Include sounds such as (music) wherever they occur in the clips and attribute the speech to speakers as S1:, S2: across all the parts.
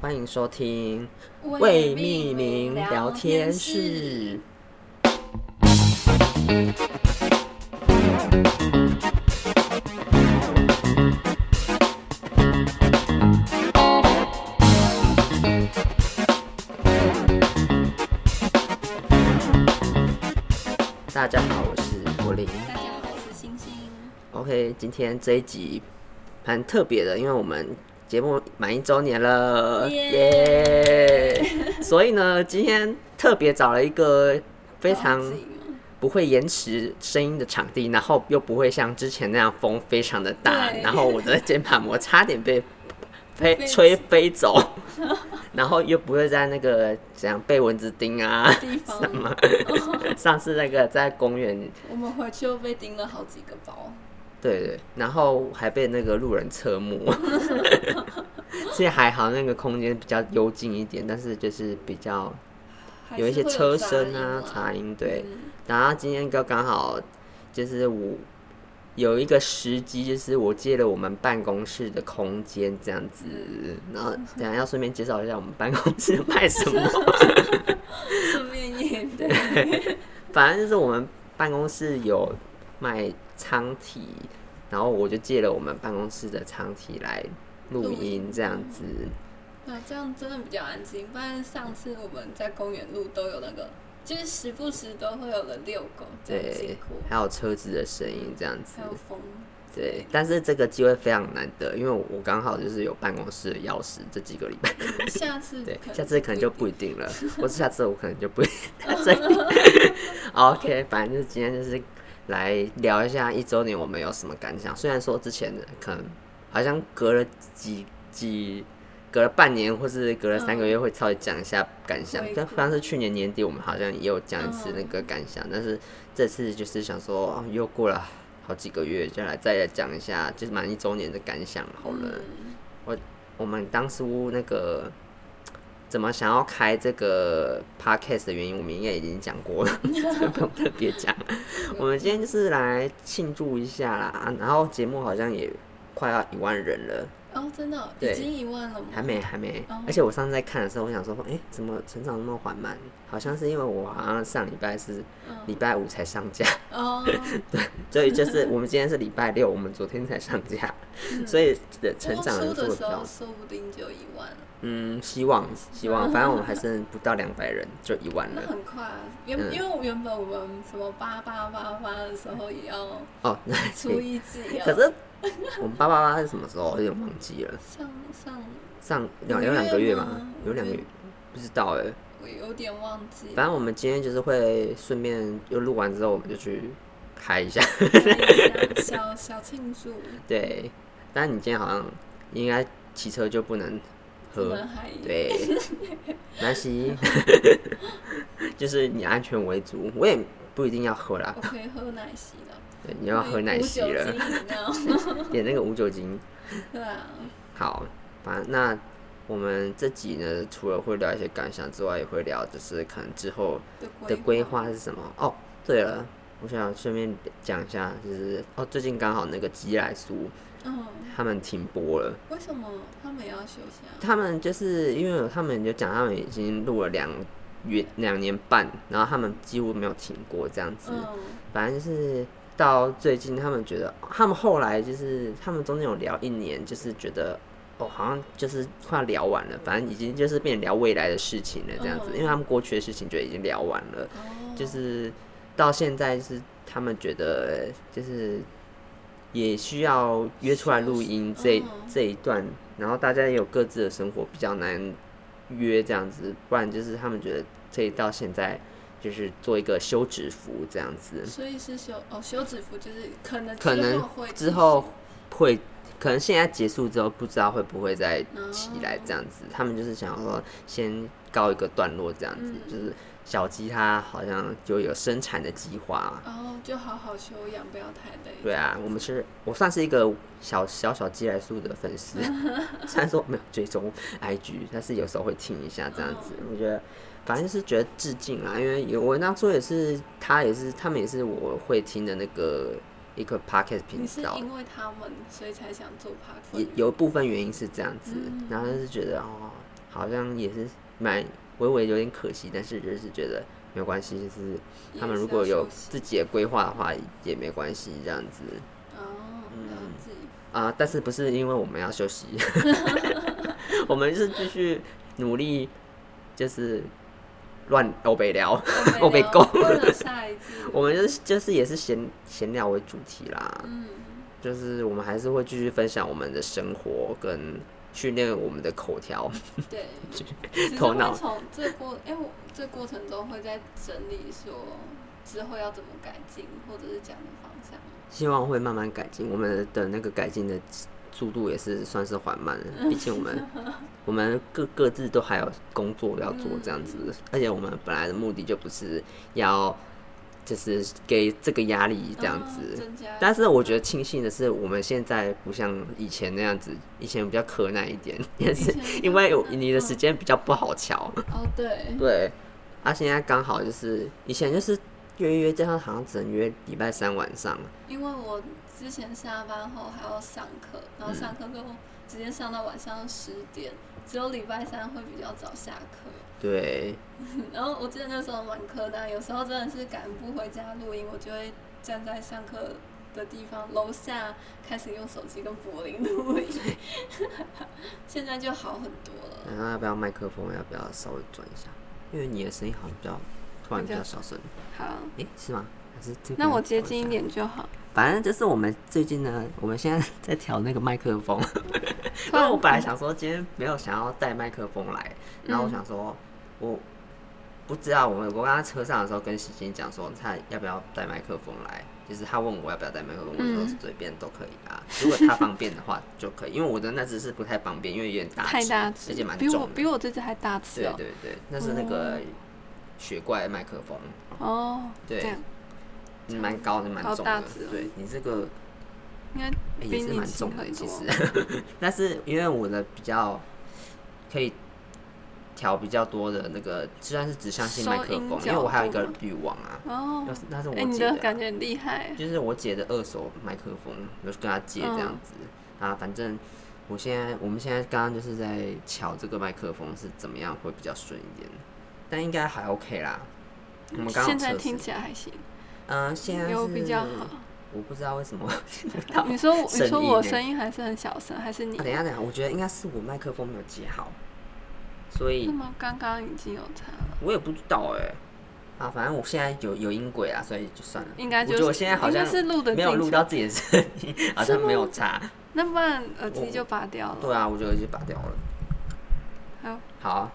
S1: 欢迎收听
S2: 未
S1: 未
S2: 命
S1: 命
S2: 名
S1: 名
S2: 聊
S1: 聊
S2: 天
S1: 天
S2: 室
S1: 室。大家好，我是柏林。
S2: 大家好，我是星星。
S1: OK，今天这一集蛮特别的，因为我们节目满一周年了，
S2: 耶
S1: 耶！所以呢，今天特别找了一个非常
S2: 报警哦
S1: 不会延迟声音的场地，然后又不会像之前那样风非常的大，
S2: 对
S1: 然后我的键盘膜差点 (laughs) 被飞
S2: 被
S1: 吹飞走， (laughs) 然后又不会在那个怎样被蚊子叮啊。
S2: 地
S1: (laughs)
S2: 方，
S1: 什么？上次那个在公园
S2: 我们回去又被叮了好几个包。
S1: 对对，然后还被那个路人侧目。其实还好，那个空间比较幽静一点，但是就是比较
S2: 还是
S1: 有一些
S2: 会
S1: 车
S2: 杂
S1: 声
S2: 音
S1: 啊、
S2: 啦
S1: 杂音。对，
S2: 嗯
S1: 然后今天刚刚好就是我有一个时机，就是我借了我们办公室的空间这样子，然后等一下要顺便介绍一下我们办公室卖什么。
S2: 嗯顺便也对，
S1: (laughs) 反正就是我们办公室有卖仓体，然后我就借了我们办公室的仓体来录
S2: 录
S1: 音
S2: 音
S1: 这样子。
S2: 嗯那这样真的比较安静。不然上次我们在公园路都有那个，就是时不时都会有人遛狗这样经
S1: 对
S2: 过，，
S1: 还有车子的声音这样子
S2: 还，有风。
S1: 对。但是这个机会非常难得，因为我我刚好就是有办公室的钥匙，这几个礼拜，
S2: 嗯下次
S1: 对
S2: 可，能
S1: 下次可能就不一定了，或是下次我可能就不一定在这
S2: (laughs)
S1: 里。OK，反正就是今天就是来聊一下一周年我们有什么感想。虽然说之前的可能好像隔了几几隔了半年，或是隔了三个月
S2: 嗯
S1: 会稍微讲一下感想
S2: 回，顾
S1: 但上次去年年底我们好像也有讲一次
S2: 嗯
S1: 那个感想，但是这次就是想说、哦又过了。好几个月，就来再来讲一下，就是满一周年的感想好了。
S2: 嗯
S1: 我们当初那个怎么想要开这个 podcast 的原因，我们应该已经讲过了， (laughs) 这不用特别讲。我们今天就是来庆祝一下啦，啊然后节目好像也快要一万人了，
S2: 哦，真的哦
S1: 对
S2: 已经一万了吗？
S1: 还没还没
S2: 哦。
S1: 而且我上次在看的时候，我想说，哎、怎么成长那么缓慢？好像是因为我好像上礼拜是
S2: 嗯
S1: 礼拜五才上架， (laughs)
S2: 哦，
S1: 所以就是我们今天是礼拜六，我们昨天才上架，所以的啊成长
S2: 嗯播
S1: 人
S2: 出
S1: 数
S2: 的
S1: 比
S2: 时
S1: 较
S2: 候说不定就一万了，
S1: 嗯，希望希望，反正我们还剩不到两百人就一万
S2: 那 (laughs)
S1: 了。
S2: 很快啊。原、
S1: 嗯
S2: 因为我原本我们什么八八八八的时候也要
S1: 哦，那
S2: 出一季
S1: (laughs)
S2: 啊，
S1: 可是我们八八八是什么时候？我有点忘记了，
S2: 上上
S1: 上
S2: 五
S1: 两
S2: 月
S1: 有两个月吗
S2: 吗？
S1: 有两个
S2: 五
S1: 月
S2: 月，
S1: 不知道哎。
S2: 我有点忘记，
S1: (laughs) 反正我们今天就是会顺便就录完之后，我们就去嗨一下。
S2: (laughs) 小小庆祝，
S1: 对，但你今天好像应该骑车就不能 (laughs)
S2: 不
S1: 喝
S2: 能，还 (laughs)
S1: 对，没关系，就是你安全为主。我也不一定要喝啦
S2: 我，可以喝奶昔了，
S1: 对你要喝奶昔
S2: 无酒
S1: 了，
S2: 精饮料，
S1: 点那个无酒精。
S2: (laughs) 对啊，
S1: 好，反那我们这集呢，除了会聊一些感想之外，也会聊就是可能之后的
S2: 的
S1: 规
S2: 规
S1: 划是什么。哦，对了，我想顺便讲一下，就是哦，最近刚好那个吉来苏
S2: 嗯，
S1: 他们停播了，
S2: 为什么他们也要休息啊？
S1: 他们就是因为他们就讲他们已经录了两月两年半，然后他们几乎没有停过这样子。
S2: 嗯，
S1: 反正就是到最近，他们觉得，他们后来就是他们中间有聊一年，就是觉得哦，好像就是快聊完了，反正已经就是变聊未来的事情了这样子，
S2: 嗯
S1: 因为他们过去的事情就已经聊完了，
S2: 哦，
S1: 就是到现在就是他们觉得就是也需要约出来录音这、
S2: 嗯
S1: 这一段，然后大家也有各自的生活，比较难约这样子，不然就是他们觉得可以到现在。就是做一个休止符这样子，
S2: 所以是休哦休止符，就是可能
S1: 可
S2: 之
S1: 能
S2: 后会
S1: 之后会，可能现在结束之后，不知道会不会再起来
S2: 哦
S1: 这样子。他们就是想说先告一个段落这样子，
S2: 嗯
S1: 就是小鸡它好像就有生产的计划。
S2: 哦，就好好休养，不要太累。
S1: 对啊，我们是，我算是一个小小小鸡来素的粉
S2: (laughs)
S1: 丝， (laughs) 虽然说我没有追踪 IG，但是有时候会听一下这样子。我觉得，反正就是觉得致敬啦，因为有我当初也是，他也是，他们也是我会听的那个一个 podcast 频
S2: 你是
S1: 道。
S2: 因为他们所以才想做 p a r
S1: 也有一部分原因是这样子，
S2: 嗯
S1: 然后就是觉得哦，好像也是蛮微微有点可惜，但是就是觉得没有关系，就是他们如果有自己的规划的话也没关系这样子嗯
S2: 哦，了解，
S1: 啊、
S2: 嗯
S1: 但是不是因为我们要休息， (laughs) 我们是继续努力，就是乱欧北聊。 (laughs)
S2: 我
S1: 我
S2: 没
S1: 没
S2: 聊
S1: 够
S2: 为了下一季，
S1: (laughs) 我们就是就是也是闲闲聊为主题啦，
S2: 嗯，
S1: 就是我们还是会继续分享我们的生活跟训练我们的口条。 (laughs)
S2: 对，只是
S1: 头
S2: 会
S1: 脑
S2: 从这过，哎、我这过程中会在整理说之后要怎么改进，或者是讲的方向。
S1: 希望会慢慢改进，我们的那个改进的速度也是算是缓慢的，毕竟我们我们各各自都还有工作要做这样子，而且我们本来的目的就不是要就是给这个压力这样
S2: 嗯
S1: 子。
S2: 增加。
S1: 但是我觉得庆幸的是，我们现在不像以前那样子，以前比较可耐一点，也是
S2: 前
S1: 因为
S2: 比较
S1: 你的时间比较不好瞧。
S2: 哦，对，
S1: 对，啊，现在刚好就是以前就是约一约，这样好像只能约礼拜三晚上，
S2: 因为我之前下班后还要上课，然后上课
S1: 嗯
S2: 就直接上到晚上十点，只有礼拜三会比较早下课。 (laughs)
S1: 对，
S2: 然后我记得那时候蛮柯南，有时候真的是赶不回家录音，我就会站在上课的地方楼下开始用手机跟柏林录音， (laughs) 现在就好很多了。
S1: 然后要不要麦克风？要不要稍微转一下？因为你的声音好像比较突然比较小声，
S2: 好，
S1: 诶、是吗？还是这个
S2: 那我
S1: 要
S2: 接
S1: 调
S2: 近一
S1: 下。
S2: 点就好。
S1: 反正就是我们最近呢，我们现在在调那个麦克
S2: (laughs)
S1: 风，因
S2: 突
S1: 为
S2: 然
S1: 嗯我本来想说今天没有想要带麦克风来，然后我想说我。不知道，我们我刚刚车上的时候跟喜欣讲说，他要不要带麦克风来，就是他问我要不要带麦克风，我说
S2: 嗯
S1: 随便都可以
S2: (laughs)
S1: 啊，如果他方便的话就可以，因为我的那只是不太方便，因为有点大，
S2: 太大
S1: 而
S2: 只
S1: 且，蛮
S2: 比
S1: 重
S2: 我
S1: 的。
S2: 比我这只还大只
S1: 对
S2: 哦。
S1: 对对，那是那个雪怪麦克风，
S2: 哦，
S1: 对
S2: 这样
S1: 嗯蛮高的，蛮
S2: 好
S1: 重
S2: 大
S1: 的
S2: 只哦。
S1: 对你这个
S2: 应该
S1: 欸也
S2: 比
S1: 是
S2: 你
S1: 蛮
S2: 轻
S1: 重的，
S2: 很
S1: 其
S2: 多
S1: 实。 (laughs) 但是因为我的比较可以调比较多的那个，虽然是指向性麦克
S2: 收音
S1: 风，因
S2: 角
S1: 为我还有一个
S2: 度吗
S1: 滤网啊，
S2: 哦
S1: 那是，那是我
S2: 哎，你
S1: 姐
S2: 的
S1: 的啊
S2: 感觉很厉害。
S1: 就是我姐的二手麦克风，我就跟她借这
S2: 嗯
S1: 样子、啊。反正我现在，我们现在刚刚就是在瞧这个麦克风是怎么样会比较顺一点，但应该还 OK 啦。我们刚好
S2: 现在
S1: 测试
S2: 听，起来还行，
S1: 嗯、现在
S2: 有比
S1: 是
S2: 较好。嗯
S1: 我不知道为什么。
S2: 你说我
S1: 声
S2: 你说
S1: 音
S2: 我
S1: 呢
S2: 声音还是很小声，还是你
S1: 啊、等？一下，等一下，我觉得应该是我麦克风没有接好，所以
S2: 那么刚刚已经有差了，
S1: 我也不知道哎、啊，反正我现在有有音轨啊，所以就算了。
S2: 应该
S1: 我
S2: 就
S1: 觉
S2: 是
S1: 得我现在好
S2: 应该
S1: 像
S2: 是录的
S1: 没有录到自己的声音，好像没有差。
S2: 那不然耳机
S1: 我
S2: 就拔掉了。
S1: 对啊，我觉得就拔掉了。
S2: 好，
S1: 好啊、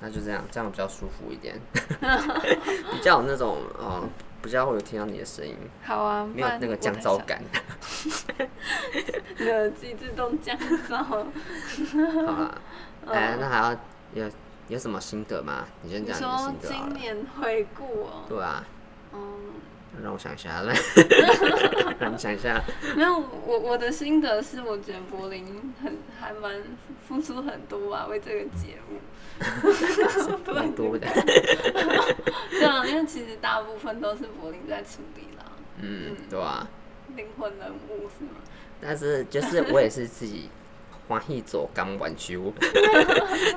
S1: 那就这样，这样比较舒服一点，
S2: (laughs)
S1: 比较有那种嗯，比较会有听到你的声音，
S2: 好啊，
S1: 没有那个降
S2: 噪
S1: 噪，感。
S2: 你的耳机自动降噪。
S1: (laughs) 好
S2: (laughs)
S1: 啦，哎、那还要有有什么心得吗？你先
S2: 嗯你
S1: 讲你的
S2: 说
S1: 心得好
S2: 今
S1: 了。
S2: 年回顾哦，
S1: 对啊，
S2: 嗯，
S1: 让我想一
S2: (laughs)
S1: 下，让你想一下。
S2: 没有，我我的心得是，我觉得柏林很还蛮付出很多啊，为这个节
S1: (laughs)
S2: 目， (laughs) 突然
S1: 蛮多的。
S2: (laughs) 对啊，因为其实大部分都是柏林在处理啦，
S1: 嗯，对啊。
S2: 灵魂人物是吗？
S1: 但是就是我也是自己欢喜做刚玩
S2: (laughs)
S1: 球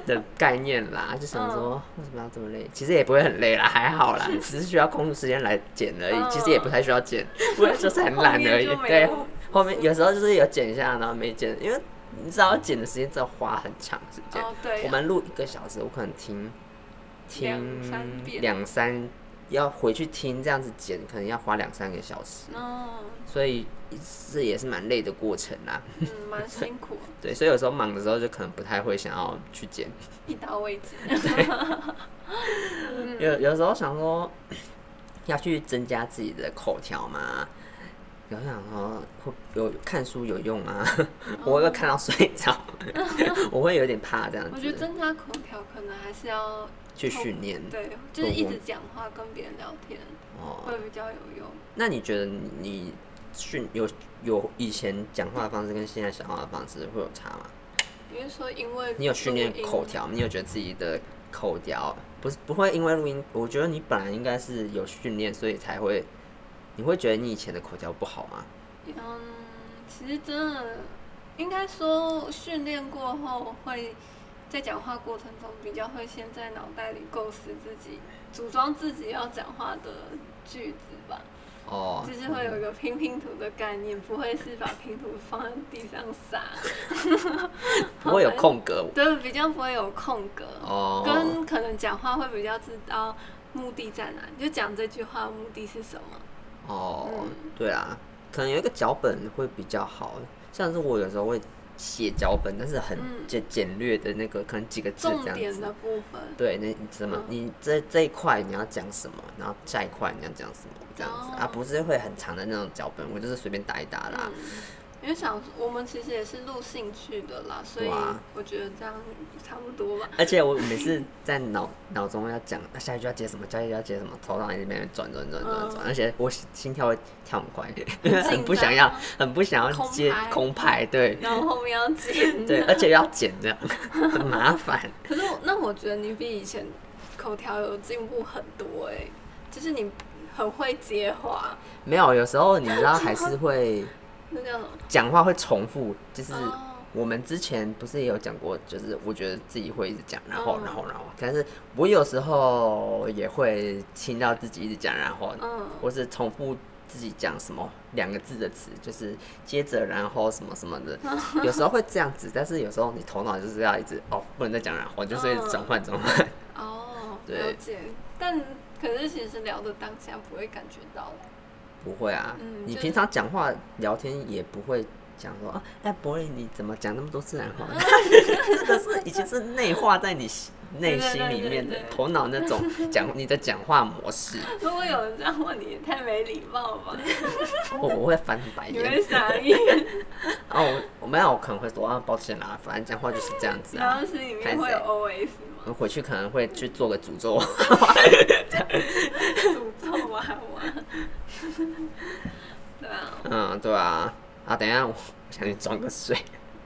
S1: 的概念
S2: 嗯
S1: 啦，就想说为什么要这么累？其实也不会很累啦，还好
S2: (laughs)
S1: 啦，只是需要空出时间来剪而
S2: 嗯
S1: 已。其实也不太需要剪， (laughs) 我就是很懒而已
S2: 后面就。没
S1: 对
S2: 有，
S1: 后面有时候就是有剪一下，然后没剪，因为你知道剪的时间真的花很长时间。
S2: 哦，对
S1: 我
S2: 啊，
S1: 们录一个小时，我可能听听
S2: 两三遍
S1: 两三，要回去听这样子剪，可能要花两三个小时，
S2: 嗯
S1: 所以这也是蛮累的过程啦。
S2: 嗯，
S1: (laughs)
S2: 蛮辛苦，
S1: 对，所以有时候忙的时候就可能不太会想要去剪，
S2: 一刀
S1: (laughs)
S2: 未剪。
S1: 有有时候想说 (clears throat) 要去增加自己的口条嘛，有时候想说会有看书有用啊， (laughs) 我会看到睡着， (laughs) 我会有点怕这样
S2: (laughs) 我觉得
S1: 子，
S2: 增加口条可能还是要
S1: 去训练
S2: 对，就是一直讲话跟别人聊天
S1: 嗯哦。
S2: 会比较有用。
S1: 那你觉得你你训有有以前讲话的方式跟现在讲话的方式会有差吗？
S2: 比如说，因为
S1: 你有训练
S2: 录音
S1: 口条，你有觉得自己的口条不是不会因为录音，我觉得你本来应该是有训练，所以才会，你会觉得你以前的口条不好吗？
S2: 嗯，其实真的应该说训练过后会在讲话过程中比较会先在脑袋里构思自己，组装自己要讲话的句子吧，
S1: 哦，
S2: 就是会有一个拼拼图的概念，不会是把拼图放在地上撒，
S1: 不会有空格
S2: (laughs) 对，比较不会有空格，
S1: 哦，
S2: 跟可能讲话会比较知道目的在哪，就讲这句话的目的是什么。
S1: 哦
S2: 嗯，
S1: 对啊，可能有一个脚本会比较好，像是我有时候会写脚本，但是很
S2: 嗯
S1: 简简略的那个，可能几个字
S2: 重
S1: 这样
S2: 点
S1: 子
S2: 的。部分，
S1: 对，那你怎么、
S2: 嗯
S1: 你这这一块你要讲什么，然后下一块你要讲什么这样子、啊，
S2: 哦
S1: 不是会很长的那种脚本，我就是随便打一打啦。
S2: 嗯，因为想我们其实也是录兴趣的啦，所以
S1: 对啊
S2: 我觉得这样差不
S1: (laughs)
S2: 多吧。
S1: 而且我每次在脑脑中要讲啊下一句要接什么，下一句要接什么，头脑在那边转转转转转，
S2: 嗯
S1: 而且我心心跳会跳很快，
S2: 紧
S1: 很不想
S2: 张
S1: 要，很不想要
S2: 空
S1: 接
S2: 拍
S1: 空拍，
S2: (laughs)
S1: 对
S2: 然后后面要剪。
S1: 对，而且要剪这样，很麻烦。
S2: 可是我那我觉得你比以前口条有进步很多哎、就是你很会接话，
S1: 没有，有时候你知道还是会
S2: 那叫什么？
S1: 讲话会重复，就是
S2: 哦
S1: 我们之前不是也有讲过，就是我觉得自己会一直讲，然后
S2: 嗯
S1: 然后然后，但是我有时候也会听到自己一直讲，然后
S2: 嗯
S1: 或是重复自己讲什么两个字的词，就是接着然后什么什么
S2: (laughs)
S1: 的，有时候会这样子，但是有时候你头脑就是要一直哦，不能再讲然后，就是一直转换转换。
S2: (laughs) 哦，
S1: 对
S2: 了解。但可是其实聊的当下不会感觉到，
S1: 不会啊，
S2: 嗯
S1: 你
S2: 就
S1: 平常讲话聊天也不会讲说啊，哎、柏林你怎么讲那么多自然
S2: (laughs)
S1: 话？这个是已经是内化在你心内心里面的
S2: 对对对对对
S1: 头脑那种讲你的讲话模
S2: (laughs)
S1: 式，
S2: 如果有人这样问你，也太没礼貌了吧？
S1: 我哦我会翻白
S2: 你会
S1: 眼。
S2: 傻
S1: (laughs)
S2: 眼。
S1: 然后我我没有，我可能会说啊，抱歉啦，反正讲话就是这样子
S2: 然
S1: 啊
S2: 后。心里面会有
S1: 拍谁
S2: OS 吗？
S1: 我回去可能会去做个诅咒。 (laughs)
S2: 诅咒娃娃。对啊，
S1: 嗯，啊 (laughs) 对啊。啊，等一下，我想去装个水。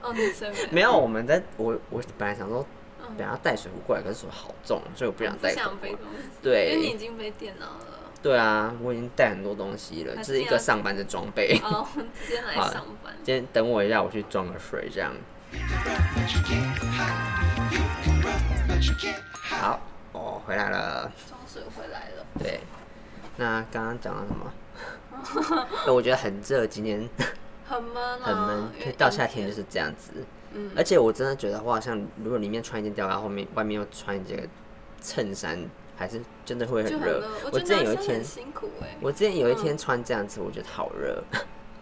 S2: 哦，女生
S1: 没
S2: 没
S1: 有，我们在我我本来想说，
S2: 嗯
S1: 等一下带水壶过来，可是水好重，所以我不想带水
S2: 不想
S1: 壶
S2: 背。东西，
S1: 对，
S2: 因为你已经背电脑了，
S1: 对啊，我已经带很多东西了，
S2: 还
S1: 这
S2: 是
S1: 是一个上班的装备。
S2: 哦，直接来上班。
S1: (laughs) 今天等我一下，我去装个水，这样。好，我回来了。
S2: 装水回来了，
S1: 对，那刚刚讲了什么？
S2: (laughs)
S1: 哎我觉得很热，今天
S2: 很闷啊，
S1: 很闷
S2: 因为，
S1: 到夏天就是这样子。
S2: 嗯
S1: 而且我真的觉得，我好像如果里面穿一件吊带，后面外面又穿一件衬衫，还是真的会
S2: 就
S1: 很
S2: 很
S1: 热
S2: 热。。
S1: 我
S2: 我
S1: 之
S2: 觉
S1: 前
S2: 得
S1: 有一
S2: 男生
S1: 天
S2: 很，辛苦哎，
S1: 我之前有一
S2: 嗯
S1: 天穿这样子，我觉得好热。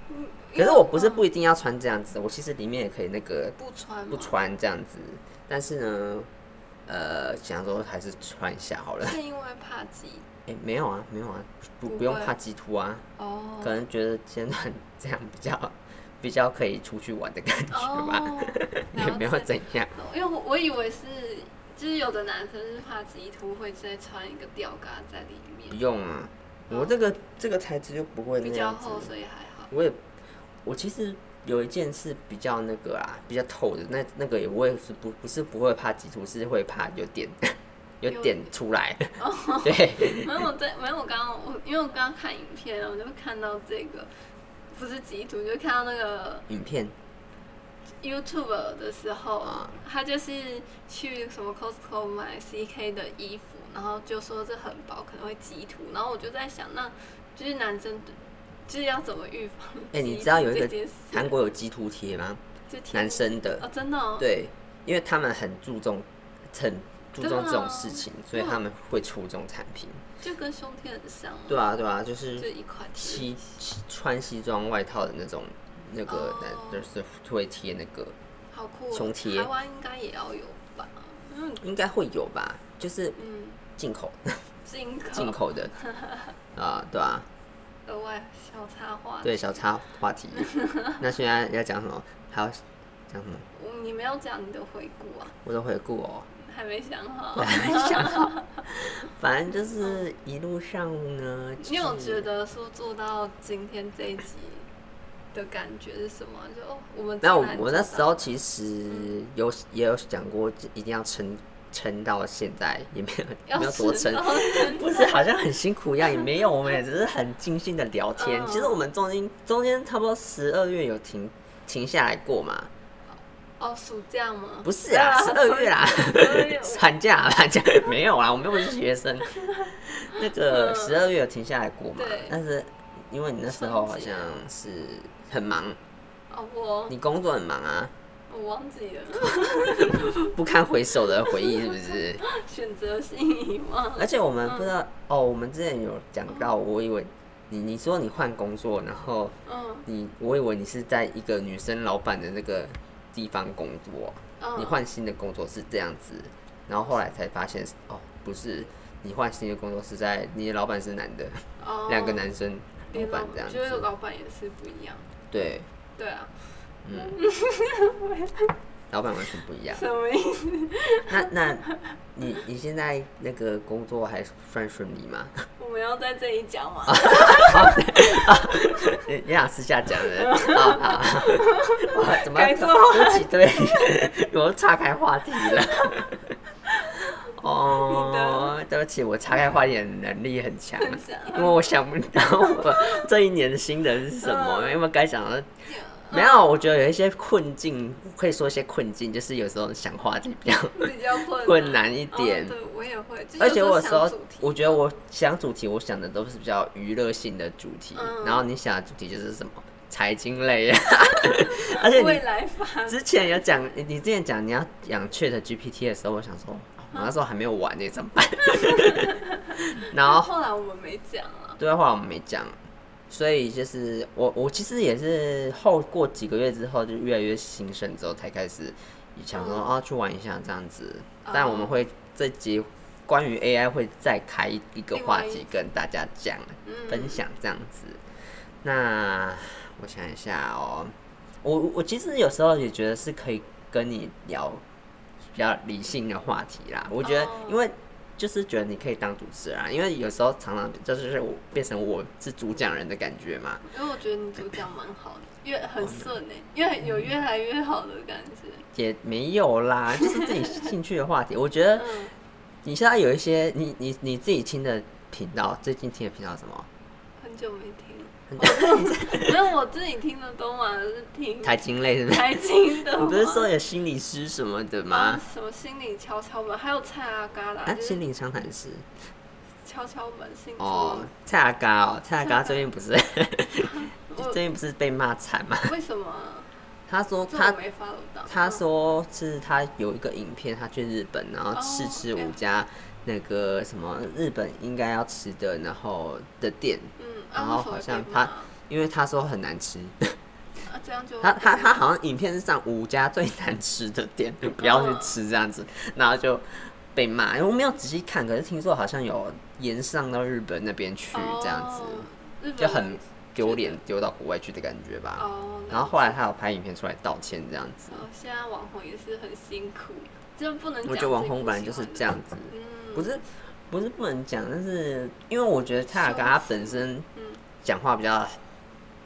S2: 嗯
S1: 可是我不是不
S2: 因为
S1: 一定要穿这样子，我其实里面也可以那个
S2: 不穿嘛
S1: 不，穿这样子，但是呢，呃，想说还是穿一下好了。 (laughs)
S2: 是因为怕挤
S1: 哎、没有啊，没有啊，不
S2: 不
S1: 不用
S2: 会
S1: 怕鸡突啊，
S2: 哦，
S1: 可能觉得现在 (laughs) 这样比较比较可以出去玩的感觉吧，
S2: 哦
S1: (laughs) 也没有
S2: 了解
S1: 怎样。
S2: 因为我我以为是，就是有的男生是怕极突会再穿一个吊嘎在里
S1: 不
S2: 面，
S1: 用啊，我这个这个材质就不会那
S2: 比较
S1: 样
S2: 厚，
S1: 子。
S2: 所以还好。
S1: 我也我其实有一件是比较那个啊，比较透的，那那个也我也是不不是不会怕挤出，是会怕有点 (laughs) 有
S2: 有哦
S1: 点出来。 (laughs) 对，
S2: (laughs) 没有我在，没有我刚刚我因为我刚刚看影片，我就看到这个不是极突，就看到那个
S1: 影片
S2: YouTube 的时候
S1: 啊，
S2: 他就是去什么 Costco 买 CK 的衣服，然后就说这很薄，可能会极突，然后我就在想，那就是男生就是要怎么预防？
S1: 哎你知道有一个
S2: 这件事
S1: 韩国有鸡突贴吗？
S2: 就贴
S1: 男生的
S2: 哦，，真的哦，
S1: 对，因为他们很注重很注重这种事情，所
S2: 对
S1: 以
S2: 啊
S1: 他们会出这种产品。
S2: 就跟胸贴很像嘛。
S1: 对啊，对啊，就
S2: 嗯就是一块
S1: 西
S2: 漆，
S1: 西穿西装外套的那种。那个
S2: 哦
S1: 就是会贴那个，
S2: 好酷、哦！
S1: 胸贴
S2: 台湾应该也要有吧？嗯
S1: 应该会有吧？就是
S2: 嗯，
S1: 进口
S2: 进口
S1: 进口的
S2: (laughs)
S1: 啊、对啊，
S2: 额外小插画，
S1: 对小插话
S2: (laughs)
S1: 题。那现在要讲什么？还要讲什么？
S2: 我，嗯你没有讲你的回顾啊，
S1: 我的回顾
S2: (laughs)
S1: 哦，
S2: 还没想好
S1: 我。还没想好。反正就是一路上呢，就是、
S2: 你有觉？得说做到今天这一集的感觉是什么？就哦，我们
S1: 那
S2: 竟
S1: 我
S2: 然
S1: 我
S2: 做
S1: 那
S2: 到
S1: 时候其实
S2: 嗯
S1: 有也有讲过，一定要撑撑到现在，也没有也
S2: 要
S1: 没有多
S2: 迟
S1: 撑
S2: 到，
S1: 不是好像很辛苦一样，也没有，我们也只是很尽兴的聊天。
S2: 嗯
S1: 其实我们中间中间差不多十二月有停停下来过嘛，
S2: 哦，暑假吗？
S1: 不是啊，十二月啦，
S2: 12月
S1: (laughs) 寒假啊寒假没有啦，我们又不是学生。那个十二月有停下来过嘛
S2: 对？
S1: 但是因为你那时候好
S2: 春节
S1: 像是很忙，
S2: 哦，我
S1: 你工作很忙啊，
S2: 我忘记了，
S1: 不堪回首的回忆是不是？
S2: 选择性遗忘。
S1: 而且我们不知道、哦，我们之前有讲到，我以为你你说你换工作，然后
S2: 嗯
S1: 你我以为你是在一个女生老板的那个地方工作，啊
S2: 嗯，
S1: 你换新的工作是这样子，然后后来才发现哦，不是，你换新的工作是在你的老板是男的，
S2: 哦
S1: 两、个男生老
S2: 连
S1: 板这样
S2: 我觉得
S1: 子，
S2: 老板也是不一样。
S1: 对，
S2: 对啊，
S1: 老板完全不一
S2: (laughs)
S1: 样。
S2: 什么意思？
S1: 那那你你现在那个工作还算顺利吗？
S2: 我们要在这里讲
S1: 啊
S2: 吗？
S1: 你你想私下讲
S2: (laughs)
S1: 的？好好好，哇怎么
S2: 改错
S1: 对不起，对，我岔开话题了。哦，对不起，我岔开话题的能力很强，啊
S2: 很强
S1: 因为我想不到我这一年的新人是什
S2: 嗯
S1: 么，因为该讲的。没有，我觉得有一些困境，可以说一些困境，就是有时候想话题比较
S2: 比较困难
S1: 困难一点
S2: 哦、对，我也会。就
S1: (laughs) 而且我有时候
S2: 想主题
S1: 我觉得我想主题，我想的都是比较娱乐性的主题，
S2: 嗯
S1: 然后你想的主题就是什么财经类
S2: (laughs)
S1: 啊，而且
S2: 未
S1: 你
S2: 来法
S1: 之前有讲，你你之前讲你要养 Chat GPT 的时候，我想说，哦我那时候还没有玩呢，怎么办？ (laughs)
S2: (laughs)
S1: 然后
S2: 后来我们没讲啊了。
S1: 对话我们没讲，所以就是我我其实也是后过几个月之后就越来越兴盛之后才开始想
S2: 嗯
S1: 说啊去玩一下这样子，但我们会这集关于 AI 会再开一个话
S2: 另外一
S1: 题跟大家讲
S2: 嗯
S1: 分享这样子。那我想一下哦，我我其实有时候也觉得是可以跟你聊比较理性的话题啦。我觉得
S2: 哦，
S1: 因为就是觉得你可以当主持人啊，因为有时候常常就是我变成我是主讲人的感觉嘛。
S2: 因为我觉得你主讲蛮好的，越很顺哎、
S1: 嗯
S2: 越有越来越好的感觉。
S1: 也没有啦，就是
S2: (laughs)
S1: 自己兴趣的话题。我觉得
S2: 嗯，
S1: 你现在有一些你你你自己听的频道，最近听的频道是什么？
S2: 嗯很久没听了，
S1: 很
S2: (laughs) 因为我自己听的都嘛是听
S1: 财经类是不是？
S2: 财经的嘛，
S1: 你不是说有心理师什么的吗
S2: 啊？什么心理敲敲门，还有蔡阿嘎啦，
S1: 啊，
S2: 就是
S1: 心灵商谈师
S2: 敲敲门心理
S1: 哦，蔡阿嘎哦，蔡阿
S2: 蔡阿
S1: 嘎
S2: 嘎
S1: 最近不
S2: (laughs)
S1: 是最近不是被骂惨吗？
S2: 为什么啊
S1: 他说
S2: 这我
S1: 他
S2: 没 follow 到？
S1: 他说是他有一个影片，他去日本，然后
S2: 哦
S1: 试吃
S2: 哎
S1: 五家那个什么日本应该要吃的，然后的店，
S2: 嗯，啊
S1: 然后
S2: 为什
S1: 好
S2: 么会
S1: 像
S2: 被
S1: 他
S2: 骂
S1: 因为他说很难吃，
S2: 啊这样就
S1: 他他他好像影片是上五家最难吃的店，就不要去吃这样
S2: 哦
S1: 子，然后就被骂。因为我没有仔细看，可是听说好像有延上到日本那边去这样子。
S2: 哦日本
S1: 就很
S2: 人
S1: 丢脸丢到国外去的感觉吧。
S2: 哦，
S1: 然后后来他有拍影片出来道歉这样子，
S2: 哦，现在网红也是很辛苦，就不能讲
S1: 我觉得网
S2: 自己
S1: 红
S2: 不
S1: 本来
S2: 喜
S1: 就是
S2: 欢的
S1: 这样子，
S2: 嗯，
S1: 不是不是不能讲，但是因为我觉得蔡雅
S2: 羞
S1: 刚他本身
S2: 嗯
S1: 讲话比较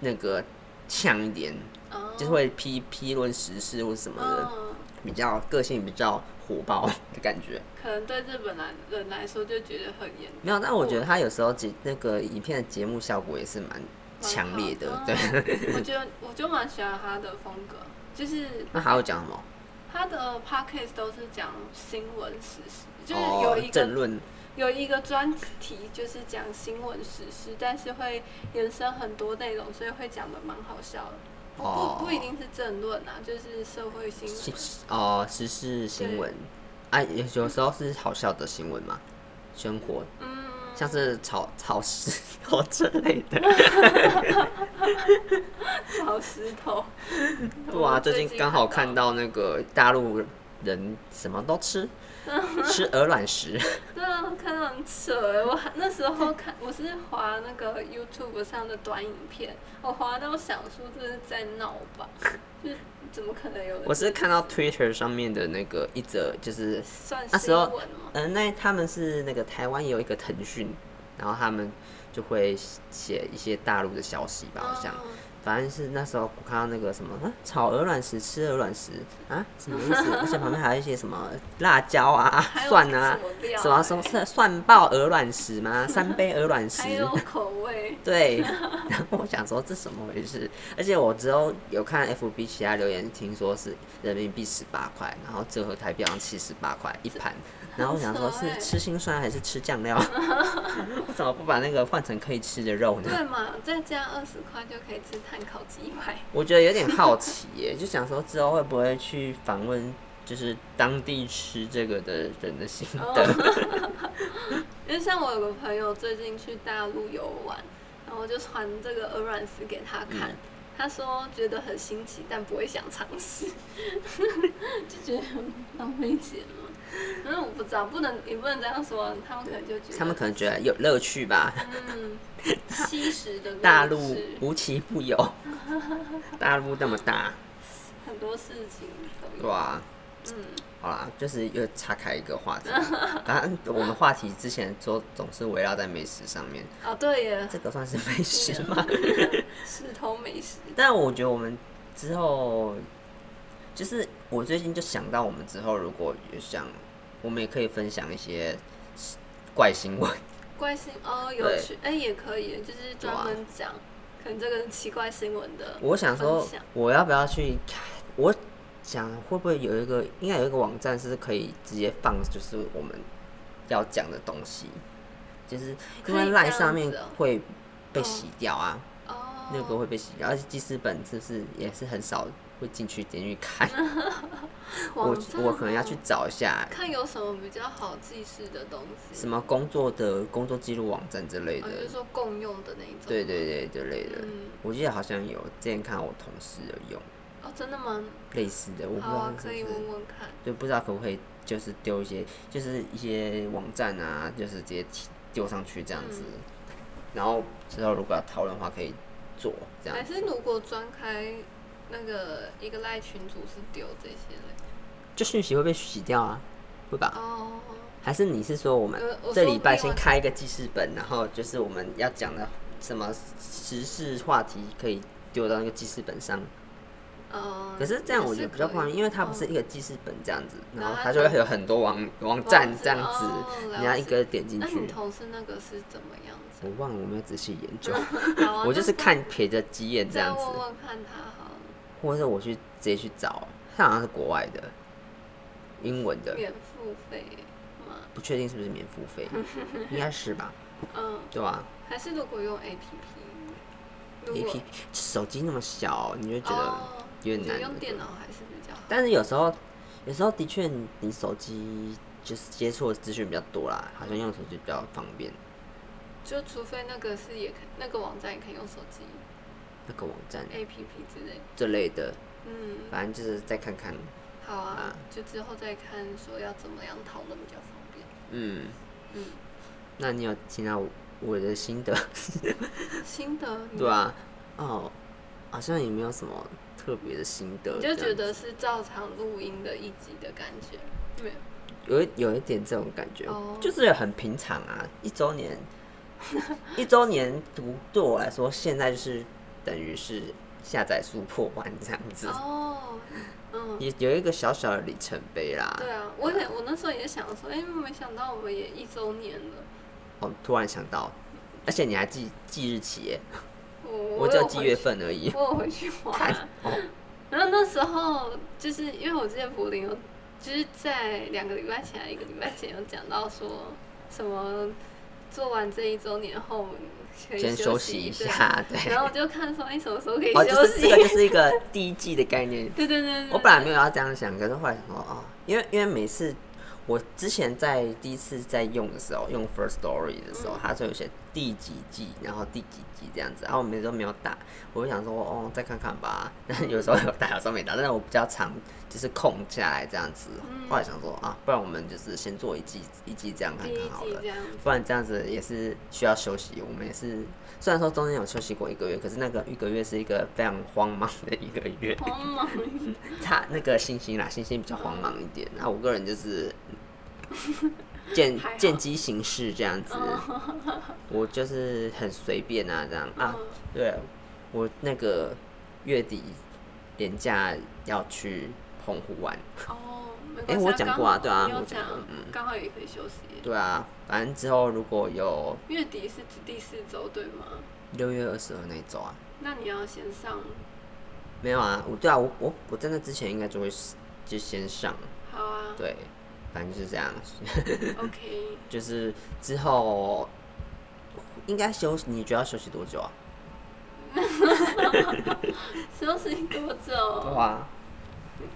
S1: 那个呛一点，
S2: 哦，
S1: 就是会批批论时事或什么的，
S2: 嗯，
S1: 比较个性比较火爆的感觉。
S2: 可能对日本来人来说就觉得很严，
S1: 没有，但我觉得他有时候节那个影片的节目效果也是蛮强烈的
S2: 蛮，好嗯
S1: 对。 (laughs)
S2: 我觉得我就蛮喜欢他的风格，就是
S1: 那还有讲什么？
S2: 他的 podcast 都是讲新闻时事，就是有
S1: 哦
S2: 一，个
S1: 政论
S2: 有一个专题就是讲新闻时事，但是会延伸很多内容，所以会讲的蛮好笑的。不
S1: 哦
S2: 不不一定是政论啊，就是社会新
S1: 时
S2: 闻。啊
S1: 哦，时事新闻啊，有有时候是好笑的新闻嘛，生活
S2: 嗯，
S1: 像是炒炒石头之类 (laughs) 的。
S2: (laughs) 炒石头。
S1: (laughs) 哇，
S2: 我
S1: 最近刚好看到那个大陆人什么都吃，吃鹅卵石。
S2: (laughs) 对啊，看到很扯欸我还那时候看，我是滑那个 YouTube 上的短影片，我滑到想说这是在闹吧，就是怎么可能有人？
S1: 我是看到 Twitter 上面的那个一则，就是
S2: 算
S1: 那时
S2: 新
S1: 候
S2: 闻吗？
S1: 嗯、那他们是那个台湾有一个腾讯，然后他们就会写一些大陆的消息吧，好像。
S2: 嗯
S1: 反正是那时候我看到那个什么、啊、炒鹅卵石，吃 (laughs) 鹅卵石啊，什么意思？而且旁边还有一些什么辣椒啊
S2: 还、有
S1: 蒜啊
S2: 什么料、料、
S1: 什么什么蒜蒜爆鹅卵石
S2: (laughs)
S1: 吗？三杯鹅卵石，
S2: 还有口味， (laughs)
S1: 对，然后我想说这什么回事？而且我之后有看 FB 其他留言，听说是人民币十八块，然后折合台币好像七十八块一盘。然后我想说，
S2: 很扯
S1: 是
S2: 欸
S1: 吃心酸还是吃酱料？ (laughs) 我怎么不把那个换成可以吃的肉呢？
S2: 对嘛？再加二十块就可以吃碳烤鸡排。
S1: 我觉得有点好奇耶， (laughs) 就想说之后会不会去访问，就是当地吃这个的人的心得。
S2: 哦 (laughs) 因为像我有个朋友最近去大陆游玩，然后我就传这个鹅卵石给他看，
S1: 嗯
S2: 他说觉得很新奇，但不会想尝试， (laughs) 就觉得很浪费钱嘛。可是我不知道，不能也不能这样说，他们可能就觉得
S1: 他们可能觉得有乐趣吧，
S2: 嗯，吸食的
S1: 大
S2: 乐
S1: 陆
S2: 趣
S1: 无奇不
S2: (laughs)
S1: 有，大陆那么大，
S2: 很多事情都有，
S1: 哇，
S2: 嗯，
S1: 好啦，就是又岔开一个话题，反正我们话题之前都总是围绕在美食上面，
S2: 哦对耶，
S1: 这个算是美食吗？
S2: 石头美食，
S1: 但我觉得我们之后，就是我最近就想到，我们之后如果有想，我们也可以分享一些怪新闻，
S2: 怪新哦有
S1: 对
S2: 趣，哎、也可以，就是专门讲可能这个奇怪新闻的
S1: 我想说
S2: 分享，
S1: 我要不要去？我想会不会有一个，应该有一个网站是可以直接放，就是我们要讲的东西，就是因
S2: 可以
S1: 为
S2: 这
S1: 赖
S2: 样
S1: 上面
S2: 子哦
S1: 会被
S2: 嗯
S1: 洗掉啊，
S2: 哦，
S1: 那个会被洗掉，而且记事本就是也是很少会进去点进去看，我
S2: 嗯网站
S1: 我可能要
S2: 哦
S1: 去找一下
S2: 看有什么比较好记事的东西，
S1: 什么工作的工作记录网站之类
S2: 哦
S1: 的，
S2: 就是说共用的那一种，
S1: 对，对对之类的，
S2: 嗯，
S1: 我记得好像有之前看我同事有用
S2: 哦，真的吗？
S1: 类似的，我不知
S2: 好
S1: 道
S2: 啊，
S1: 是
S2: 可以
S1: 不是。
S2: 问问看，
S1: 对，不知道可不可以就是丢一些，就是一些网站啊，就是直接提丢上去这样子。
S2: 嗯
S1: 然后之后如果要讨论的话，可以做这样
S2: 还。是如果专开那个一个赖群主是丢这些的
S1: 就讯息会被洗掉啊，会吧？
S2: 哦，
S1: 还是你是说我们
S2: 呃我
S1: 这
S2: 说
S1: 礼拜
S2: 另
S1: 先
S2: 外
S1: 开一个记事本，然后就是我们要讲的什么时事话题可以丢到那个记事本上？
S2: 嗯，
S1: 可是这样我觉
S2: 也
S1: 得
S2: 是
S1: 比较不好，
S2: 可以
S1: 因为它不
S2: 嗯
S1: 是一个记事本这样子，然
S2: 然
S1: 后
S2: 后
S1: 它
S2: 它
S1: 就会
S2: 就
S1: 有很多网网站这样子，
S2: 哦了
S1: 你要一
S2: 解
S1: 个点进
S2: 那
S1: 去
S2: 你。同事那个是怎么样子？
S1: 我忘了，我没有仔细研究。 (laughs)
S2: 好啊
S1: 我就是看瞥着几眼这
S2: 再
S1: 样子，
S2: 问问看他好了，
S1: 或者我去直接去找，它好像是国外的，英文的，
S2: 免付费吗？
S1: 不确定是不是免付
S2: (laughs)
S1: 费，应该是吧？
S2: 嗯，
S1: 对
S2: (laughs)
S1: 吧
S2: 还是如果用 A P P，
S1: ？A P 手机那么小，你就觉得
S2: 哦，
S1: 有点
S2: 我觉得
S1: 难。
S2: 用电脑还是比较好。
S1: 但是有时候，有时候的确你你手机就是接触的资讯比较多啦，好像用手机比较方便。
S2: 就除非那个是也可那个网站也可以用手机
S1: 嗯那个网站
S2: A P P 之类。
S1: 这类的，
S2: 嗯，
S1: 反正就是再看看。
S2: 好啊
S1: 啊，
S2: 就之后再看说要怎么样讨论比较方便。
S1: 嗯，
S2: 嗯，
S1: 那你有听到我的心得？ (laughs)
S2: 心得你
S1: 对啊，哦，好像也没有什么特别的心得
S2: 你
S1: 这
S2: 就
S1: 样，
S2: 觉得是照常录音的一集的感觉，没有？
S1: 有一有一点这种感觉，
S2: 哦
S1: 就是很平常啊。一周
S2: (laughs)
S1: 年，一周年读对我来说，现在就是等于是下载数破万这样子，
S2: 哦，嗯，
S1: (laughs) 也有一个小小的里程碑啦。
S2: 对啊，我也我那时候也想说，哎、没想到我们也一周年了。
S1: 哦，突然想到，而且你还记记日期耶，
S2: 我
S1: 我
S2: 我
S1: 只有
S2: 有
S1: 记
S2: 回
S1: 月
S2: 去，
S1: 份而已。
S2: 我有回去玩。
S1: 看哦，
S2: 然后那时候就是因为我之前柏林有，就是在两个礼拜前、还一个礼拜前有讲到说什么做完这一周年后可以
S1: 先
S2: 休
S1: 休息一
S2: 对
S1: 下，对。
S2: 然后我就看说，哎、什么时候可以
S1: 哦，
S2: 休
S1: 就是
S2: 息？
S1: 这个就是一个第一季的概念，
S2: (laughs) 对对对对对，
S1: 我本来没有要这样想，可是后来想说，哦，因为因为每次我之前在第一次在用的时候，用 First Story 的时候
S2: 嗯，
S1: 它就有写第几季，然后第几季这样子，然后我每次都没有打，我就想说，哦，再看看吧。 (laughs) 但是有时候有打，有时候没打，但是我比较常就是空下来这样子。
S2: 嗯
S1: 后来想说啊，不然我们就是先做一季一季这样看
S2: 第一
S1: 看好
S2: 季
S1: 了
S2: 这。样子，
S1: 不然这样子也是需要休息。我们也是，虽然说中间有休息过一个月，可是那个一个月是一个非常慌忙的一个月。
S2: 好忙。
S1: 他那个星星啦，星星比较慌忙一点。然后我个人
S2: (laughs)
S1: 就是嗯见
S2: 还好
S1: 见机行事这
S2: (laughs)
S1: 样子，
S2: 哦
S1: 我就是很随便啊这样啊。
S2: 嗯
S1: 对，我那个月底廉价要去澎湖玩，
S2: 哦，没
S1: 哎
S2: 关系啊，
S1: 我讲过啊
S2: 刚
S1: 对
S2: 好
S1: 啊
S2: 你有
S1: 我讲
S2: 讲
S1: 过，
S2: 刚好也可以休息。
S1: 对啊，反正之后如果有
S2: 月底是指第四周对吗？
S1: 六月二十二那一周啊，
S2: 那你要先上，
S1: 没有啊，我对啊，我我我在那之前应该就会就先上，
S2: 好啊
S1: 对，反正就是这样，
S2: ，OK，
S1: 就是之后应该休息，你觉得要休息多久啊？
S2: 休息多久？
S1: 啊，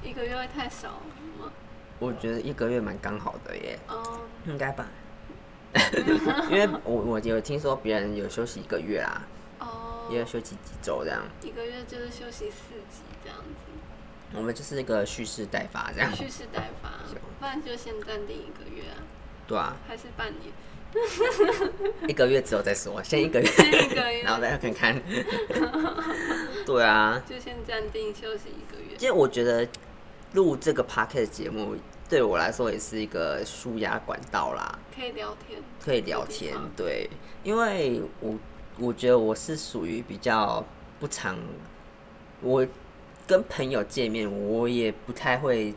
S2: 一个月会太少吗？
S1: 我觉得一个月蛮刚好的耶，
S2: 嗯，
S1: 应该吧。 (laughs) 因为我我有听说别人有休息一个月啦，也有
S2: 哦，
S1: 休息几周这样，
S2: 一个月就是休息四集这样子，
S1: 我们就是一个蓄势待发这样，
S2: 蓄势待发，不然就先暂定一个月啊，
S1: 对啊，
S2: 还是半
S1: (laughs)
S2: 年，
S1: 一个月之后再说，先一 (laughs) 个月，
S2: 先一个月
S1: 然后再看 (laughs) 看。对啊，
S2: 就先暂定休息一个月。
S1: 其实我觉得录这个 podcast 节目对我来说也是一个舒压管道啦，
S2: 可以聊天，
S1: 可以聊天
S2: 的地方。
S1: 对，因为我我觉得我是属于比较不常，我跟朋友见面，我也不太会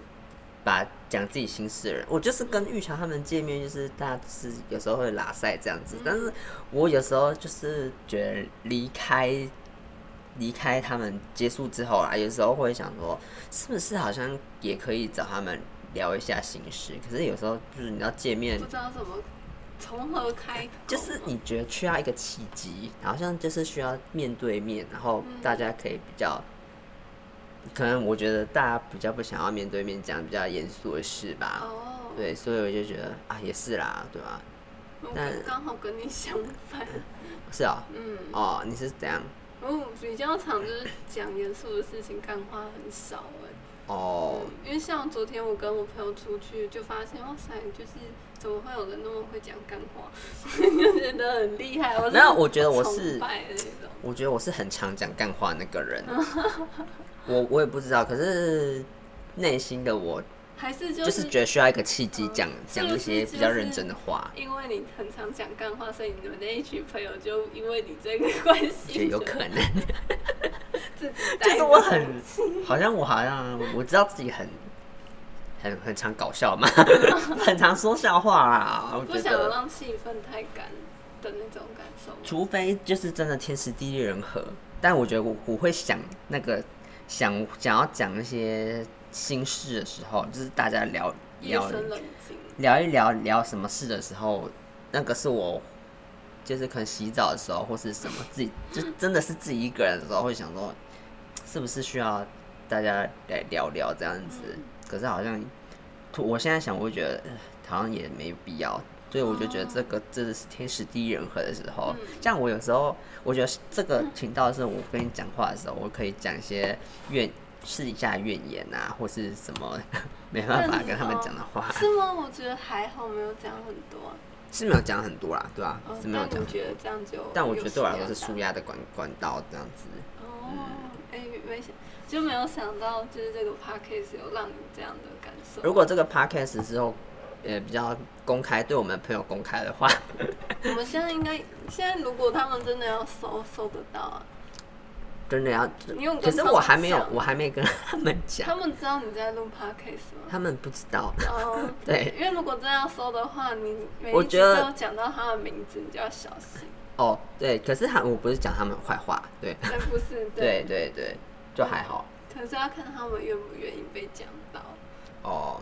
S1: 把讲自己心事的人。我就是跟玉桥他们见面，就是大家是有时候会拉塞这样子，但是我有时候就是觉得离开。离开他们结束之后啊啦，有时候会想说，是不是好像也可以找他们聊一下心事？可是有时候就是你要见面
S2: 不，知道怎么从何开口，
S1: 就是你觉得需要一个契机，好像就是需要面对面，然后大家可以比较，可能我觉得大家比较不想要面对面讲比较严肃的事吧，
S2: 哦，
S1: 啊对，所以我就觉得啊，也是啦，对吧？
S2: 我
S1: 但
S2: 刚好跟你相反，
S1: 是哦，
S2: 嗯，
S1: 哦，你是怎样？
S2: 我比较常就是讲严肃的事情，干话很少哎、
S1: 哦，
S2: 因为像昨天我跟我朋友出去，就发现哇塞，就是怎么会有人那么会讲干话， (laughs) 就觉得很厉害。我
S1: 没有我觉得我是
S2: 崇拜的那种，
S1: 我觉得我是很常讲干话那个人，
S2: 嗯
S1: 我我也不知道，可是内心的我
S2: 还是就
S1: 就是
S2: 是
S1: 觉得需要一个契机讲
S2: 嗯
S1: 讲一些比较认真的话，
S2: 因为你很常讲干话，所以你们那一群朋友就因为你这个
S1: 我
S2: 关
S1: 觉得
S2: 系，
S1: 有可能。
S2: 自己
S1: 就
S2: 带
S1: 是
S2: 着
S1: 我很，好像我好像我知道自己很很很常搞笑
S2: (laughs)
S1: 嘛，很常说笑话啦。我
S2: 不
S1: 觉
S2: 想
S1: 得，
S2: 让气氛太干的那种感受。
S1: 除非就是真的天时地利人和，但我觉得我我会想那个想想要讲一些心事的时候，就是大家聊
S2: 夜
S1: 聊
S2: 深冷静，
S1: 聊一聊聊什么事的时候，那个是我。就是可能洗澡的时候，或是什么自己，就真的是自己一个人的时候，会想说，是不是需要大家来聊聊这样子？可是好像，突我现在想，我会觉得呃好像也没必要，所以我就觉得这个真的是天时地利人和的时候。像我有时候，我觉得这个频道是我跟你讲话的时候，我可以讲一些怨试一下怨言啊，或是什么 (laughs) 没办法跟他们讲的话，
S2: 是吗？我觉得还好，没有讲很多、啊。
S1: 是没有讲很多啦，对吧、
S2: 哦
S1: 是没有
S2: 但
S1: 讲
S2: 你。觉得这样就有戏啊？
S1: 但我觉得对我来说是舒压的管管道这样子。
S2: 哦，哎、没想就没有想到，就是这个 podcast 有让你这样的感受。
S1: 如果这个 podcast 之后，呃，比较公开，对我们朋友公开的话， (laughs)
S2: 我们现在应该，现在如果他们真的要搜搜得到啊，
S1: 真的要
S2: 你有，跟
S1: 可是
S2: 他们
S1: 我还没有
S2: 讲，
S1: 我还没跟他们讲
S2: 他，们知道你在录
S1: (laughs)
S2: podcast 吗？
S1: 他们不知道。
S2: 哦，
S1: 对
S2: 因为如果真的要搜的话，你每
S1: 我
S2: 一集
S1: 觉得
S2: 都讲到他的名字，你就要小心。
S1: 哦，对，可是他我不是讲他们坏话，对，
S2: 但不
S1: (laughs)
S2: 是
S1: 对，对对，就还好。
S2: 可是要看他们愿不愿意被讲到，
S1: 哦，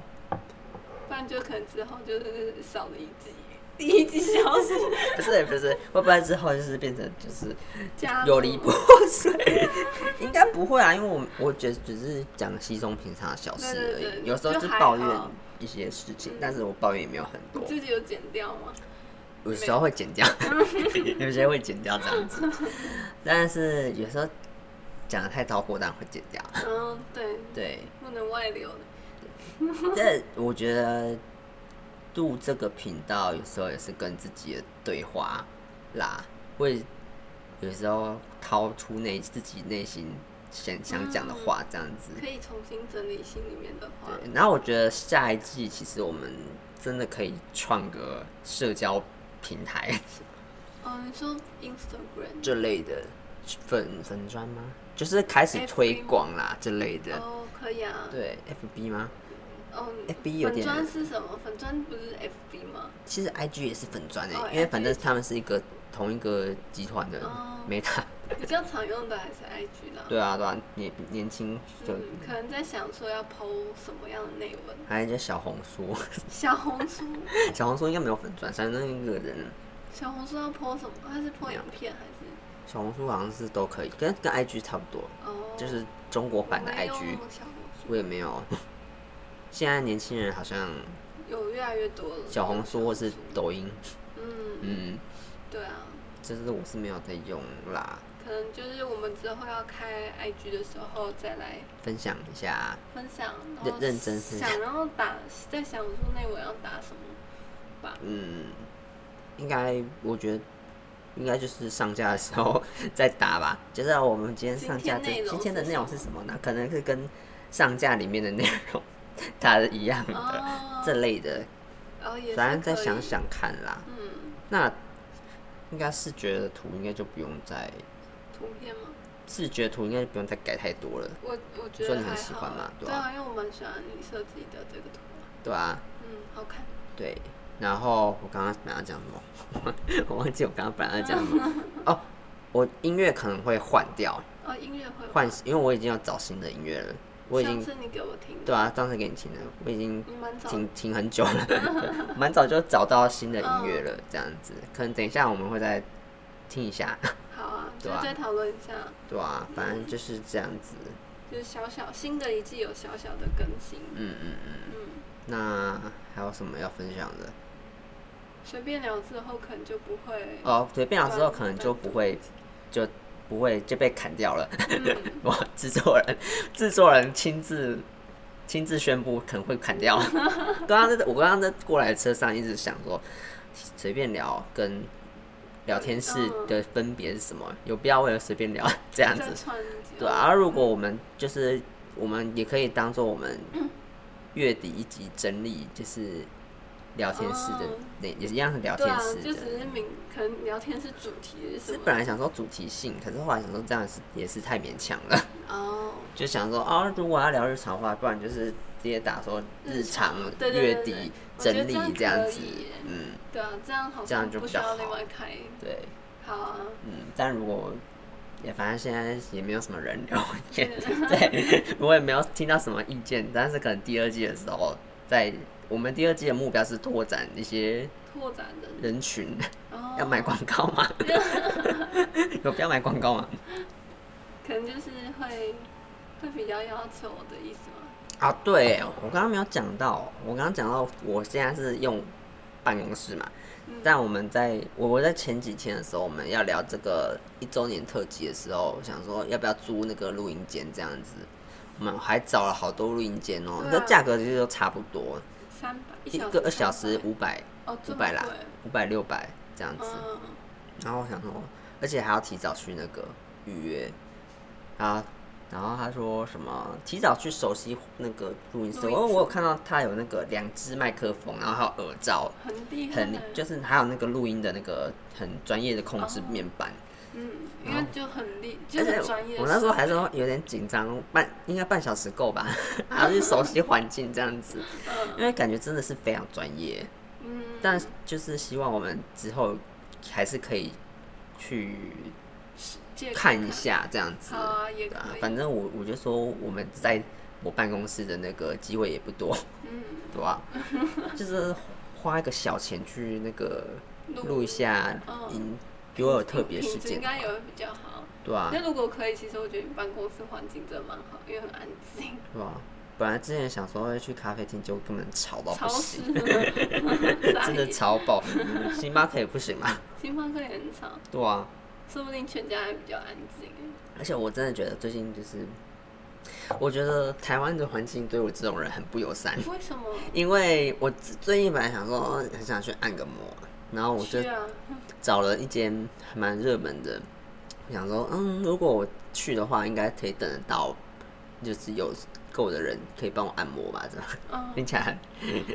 S2: 不然就可能之后就是少了一集，第一集消
S1: (laughs)
S2: 失，
S1: 不是不是，会不会之后就是变成就是
S2: 加入
S1: 有离 (laughs) 破碎？应该不会啊，因为我我觉得只是讲稀松平常的小事而已，
S2: 对对对
S1: 有时候
S2: 就
S1: 就
S2: 还
S1: 抱怨
S2: 好
S1: 一些事情，
S2: 嗯
S1: 但是我抱怨也没有很多
S2: 你，自己有剪掉吗？
S1: 有时候会剪掉， (laughs) 有些会剪掉这样子，但是有时候讲的太超过，当然会剪掉。
S2: 嗯，对，
S1: 对，
S2: 不能外流的。
S1: 这我觉得录这个频道有时候也是跟自己的对话啦，会有时候掏出内自己内心想想讲的话这样子。
S2: 可以重新整理心里面的话。
S1: 对，然后我觉得下一季其实我们真的可以创个社交平台
S2: 哦，你说 Instagram，
S1: 这类的粉粉砖吗？就是开始推广啦这类的。
S2: 哦，可以啊，
S1: 对，FB 吗？
S2: 嗯
S1: FB 有
S2: 粉
S1: 点
S2: 砖是什么？粉砖不是 FB 吗？ (laughs)
S1: 其实 IG 也是粉砖诶、
S2: 哦
S1: 因为反正
S2: IG
S1: 他们是一个同一个集团的
S2: 哦
S1: Meta。
S2: 比较常用的还是 IG 啦。
S1: 对啊，对啊，年年轻就
S2: 嗯，可能在想说要 PO 什么样的内文。
S1: 还有一些小红书， (laughs)
S2: 小红书， (laughs)
S1: 小红书应该没有粉砖，反正那个人
S2: 小红书要 PO 什么？它是 PO 影片还是？
S1: 小红书好像是都可以，跟跟 IG 差不多，
S2: 哦，
S1: 就是中国版的
S2: 我没啊
S1: IG，
S2: 用小红
S1: 我也没有。 (laughs) 现在年轻人好像
S2: 书有越来越多了。
S1: 小红书或是抖音，
S2: 嗯，
S1: 嗯，
S2: 对啊，
S1: 就是我是没有在用啦。
S2: 可能就是我们之后要开 IG 的时候再来
S1: 分享一下，
S2: 分享，然
S1: 认
S2: 后
S1: 认真分享
S2: 想然后打在想说那我要打什么吧。
S1: 嗯，应该我觉得应该就是上架的时候 (laughs) 再打吧。就是啊我们今天上架这
S2: 今天内容
S1: 今天的
S2: 是
S1: 内容
S2: 什
S1: 是什
S2: 么
S1: 么呢？可能是跟上架里面的内容 (laughs) 打的一样的、
S2: 哦，
S1: 这类的，
S2: 然后也是
S1: 反正再
S2: 可以
S1: 想，想看啦。
S2: 嗯，
S1: 那应该视觉的图应该就不用再
S2: 图片吗？
S1: 视觉图应该就不用再改太多了，
S2: 我我觉
S1: 说你
S2: 得
S1: 很
S2: 还
S1: 喜
S2: 好
S1: 欢嘛
S2: 啊，
S1: 对
S2: 对
S1: 啊
S2: 啊，因为我蛮喜欢你设计的这个图啊，
S1: 对啊，
S2: 嗯，好看。
S1: 对。然后我刚刚本来要讲什么？ (laughs) 我忘记我刚刚本来要讲什
S2: (laughs)
S1: 么哦。我音乐可能会换掉，
S2: 哦，音乐会
S1: 换，因为我已经要找新的音乐了，我已
S2: 上
S1: 经
S2: 次你给我听的，
S1: 对啊，上次给你听了，我已经
S2: 你蛮早
S1: 听听很久了，
S2: (laughs)
S1: 蛮早就找到新的音乐
S2: 嗯
S1: 了，这样子，可能等一下我们会再听一下， (laughs)
S2: 好啊，就
S1: 对啊
S2: 是再讨论一下，
S1: 对啊，反正就是这样子，
S2: 就是小小新的一季有小小的更新，
S1: 嗯嗯嗯，
S2: 嗯，
S1: 那还有什么要分享的？
S2: 随便聊之后可能就不会，
S1: 哦，对，变了之后可能就不会，就不会就被砍掉了，
S2: 嗯，
S1: (laughs) 我制作人制作人亲自。亲自宣布可能会砍
S2: (laughs)
S1: 掉。刚刚在我刚刚在过来的车上一直想说，随便聊跟聊天室的分别是什么？
S2: 嗯
S1: 有必要为了随便聊这样
S2: 再
S1: 子？
S2: 串一集
S1: 对啊。而如果我们就是我们也可以当做我们
S2: 嗯
S1: 月底一集整理，就是聊天室的
S2: 哦，
S1: 那、也是一样是聊
S2: 对
S1: 天
S2: 啊
S1: 室，
S2: 就
S1: 的。
S2: 只是名，可能聊天是主题是
S1: 是
S2: 什么？
S1: 本来想说主题性，可是后来想说这样是也是太勉强了，
S2: 哦，
S1: 就想说啊，如果要聊日常的话，不然就是直接打说日常
S2: 嗯对对对
S1: 月
S2: 对
S1: 底
S2: 我觉
S1: 整
S2: 得
S1: 理
S2: 这样
S1: 这样
S2: 可
S1: 子
S2: 以耶，
S1: 嗯，
S2: 对啊，这样好
S1: 这样
S2: 像
S1: 就
S2: 不
S1: 比
S2: 需
S1: 较
S2: 要另
S1: 好
S2: 外开，
S1: 对，
S2: 好啊，
S1: 嗯，但如果也反正现在也没有什么人聊
S2: (laughs)
S1: 天，
S2: 对
S1: 对，我也没有听到什么意见，但是可能第二季的时候，在我们第二季的目标是拓展一些
S2: 拓展人，
S1: 人群，
S2: 哦
S1: (laughs) 要买广告吗？有必要买广告吗？
S2: 哦可能就是会会比较要求我的意思吗？
S1: 啊，对我刚刚没有讲到，我刚刚讲到我现在是用办公室嘛，
S2: 嗯
S1: 但我们在我我在前几天的时候，我们要聊这个一周年特辑的时候，想说要不要租那个录音间这样子，我们还找了好多录音间哦、
S2: 对啊
S1: 这价格其实都差不多，
S2: 三百
S1: 一
S2: 一
S1: 个
S2: 小
S1: 二小时
S2: 300
S1: 五百
S2: 哦，
S1: 五
S2: 这么
S1: 百啦
S2: 贵，
S1: 五百六百这样子，
S2: 嗯，
S1: 然后我想说，而且还要提早去那个预约，啊，然后他说什么提早去熟悉那个录音室，
S2: 录
S1: 因
S2: 音
S1: 为
S2: 室
S1: 我有看到他有那个两只麦克风，然后还有耳罩，
S2: 很厉害，
S1: 很就是还有那个录音的那个很专业的控制面板，
S2: 嗯，
S1: 然
S2: 因
S1: 后
S2: 为就很厉，哦就
S1: 而且
S2: 很专业。
S1: 我那时候还说有点紧张，半应该半小时够吧， (laughs) 还要去熟悉环境这样
S2: (laughs)
S1: 子，因为感觉真的是非常专业。
S2: 嗯，
S1: 但就是希望我们之后还是可以去
S2: 借口
S1: 看一，下这样子。
S2: 好啊，也
S1: 对啊
S2: 可，以，
S1: 反正我我就说我们在我办公室的那个机会也不多，
S2: 嗯，
S1: 对吧、 (laughs) 就是花一个小钱去那个录一下
S2: 嗯
S1: 音，比我有特别
S2: 品
S1: 事
S2: 品质
S1: 件
S2: 应
S1: 好，
S2: 该也会比较好。
S1: 对啊吧、
S2: 那如果可以，其实我觉得你办公室环境真的蛮好，因为很安静，
S1: 对吧、本来之前想说会去咖啡厅，结果根本吵到不
S2: 潮湿
S1: 行，， (laughs)
S2: 真
S1: 真的。吵爆。 (laughs) 星巴克也不行嘛，
S2: 星巴克也很吵，
S1: 对啊。
S2: 说不定全家还比较安静。
S1: 而且我真的觉得最近就是，我觉得台湾的环境对我这种人很不友善，
S2: 为什么？
S1: 因为我最近本来想说哦很想去按个摩，然后我就
S2: 去啊，
S1: 找了一间还蛮热门的，我想说，嗯，如果我去的话，应该可以等得到，就是有够的人可以帮我按摩吧，这样
S2: 嗯，
S1: 听起来很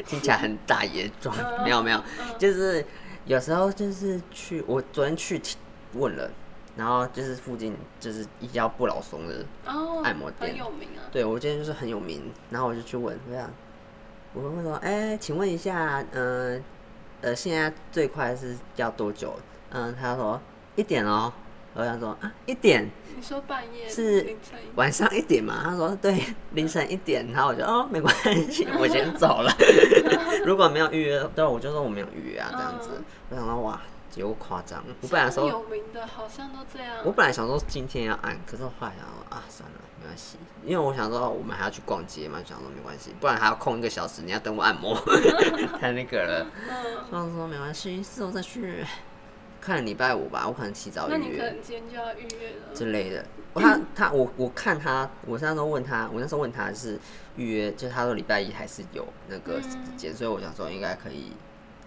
S1: 听起来很大爷装，没有没有，就是有时候就是去，我昨天去问了，然后就是附近就是一家不老松的，
S2: 哦，
S1: 按摩店
S2: 很有名啊。
S1: 对我今天就是很有名，然后我就去问，我想我会问说，哎、请问一下，嗯、呃，现在最快是要多久？嗯、他说一点哦。我想说啊，一点
S2: 你说半夜
S1: 是
S2: 凌晨一
S1: 晚上一点嘛？他说对，凌晨一点。然后我就哦，没关系，我先走了。 (laughs) 如果没有预约，对，我就说我没有预约啊，这样子。
S2: 嗯
S1: 我想到哇，有夸张。我本来
S2: 像
S1: 说，
S2: 有名的好像都这样
S1: 我，本来想说今天要按，可是我后来想说啊，算了，没关系，因为我想说我们还要去逛街嘛，就想说没关系，不然还要空一个小时，你要等我按摩， (laughs) 太那个
S2: (laughs)
S1: 了。
S2: 嗯，
S1: 然后说没关系，四后再去，看礼拜五吧，我可能提早
S2: 那
S1: 预
S2: 你可
S1: 约
S2: 能今天就要预约了。
S1: 之类的。他他我我看他，我那时候问他，我那时候问他是预约，就是他说礼拜一还是有那个时
S2: 嗯
S1: 间，所以我想说应该可以。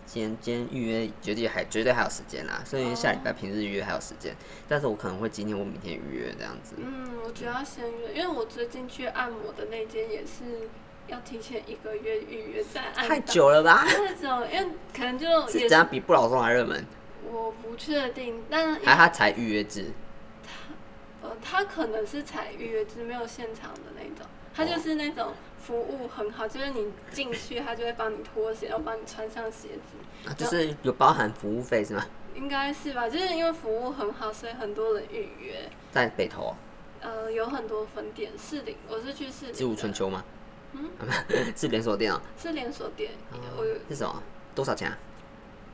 S1: 今天今天预约绝对还绝对还有时间啦，所以下礼
S2: 哦
S1: 拜平日预约还有时间，但是我可能会今天或明天预约这样子。
S2: 嗯，我觉得要先约，因为我最近去按摩的那间也是要提前一个月预约再按到。
S1: 太久了吧？
S2: 太久了，因为可
S1: (laughs)
S2: 能就是哎哦嗯也
S1: 怎样比不老松还热门？
S2: 我不确定，但
S1: 还他才预约制？
S2: 呃，他可能是采预约制，没有现场的那种，他就是那种服务很好，就是你进去，他就会帮你脱鞋，然后帮你穿上鞋子，
S1: 啊就是有包含服务费是吗？
S2: 应该是吧？就是因为服务很好，所以很多人预约。
S1: 在北投
S2: 呃，有很多分店，士林，我是去士林的，
S1: 知无春秋吗？
S2: 嗯
S1: (laughs) 是连锁店哦、
S2: 是连锁店，我有
S1: 哦是什么？多少钱啊？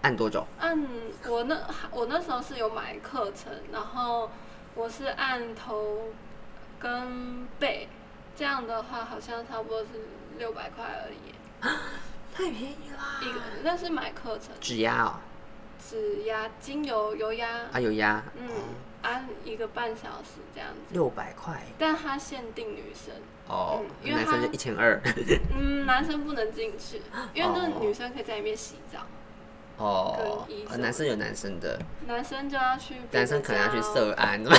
S1: 按多久？
S2: 按我那我那时候是有买课程，然后我是按头跟背，这样的话好像差不多是六百块而已，
S1: 太便宜啦
S2: 一个那是买课程，
S1: 指压哦，
S2: 指压、精油、油压，
S1: 啊有压，
S2: 嗯，按一个半小时这样子，
S1: 六百块
S2: 但它限定女生，
S1: 哦，
S2: 嗯因为
S1: 男生
S2: 它
S1: 就一千
S2: (laughs)
S1: 二
S2: 嗯，男生不能进去，因为那
S1: 哦
S2: 女生可以在里面洗澡，
S1: 哦
S2: 跟医，
S1: 呃
S2: 生
S1: 男生有男生的，
S2: 男生就要去，
S1: 哦男生可能要去，色安，没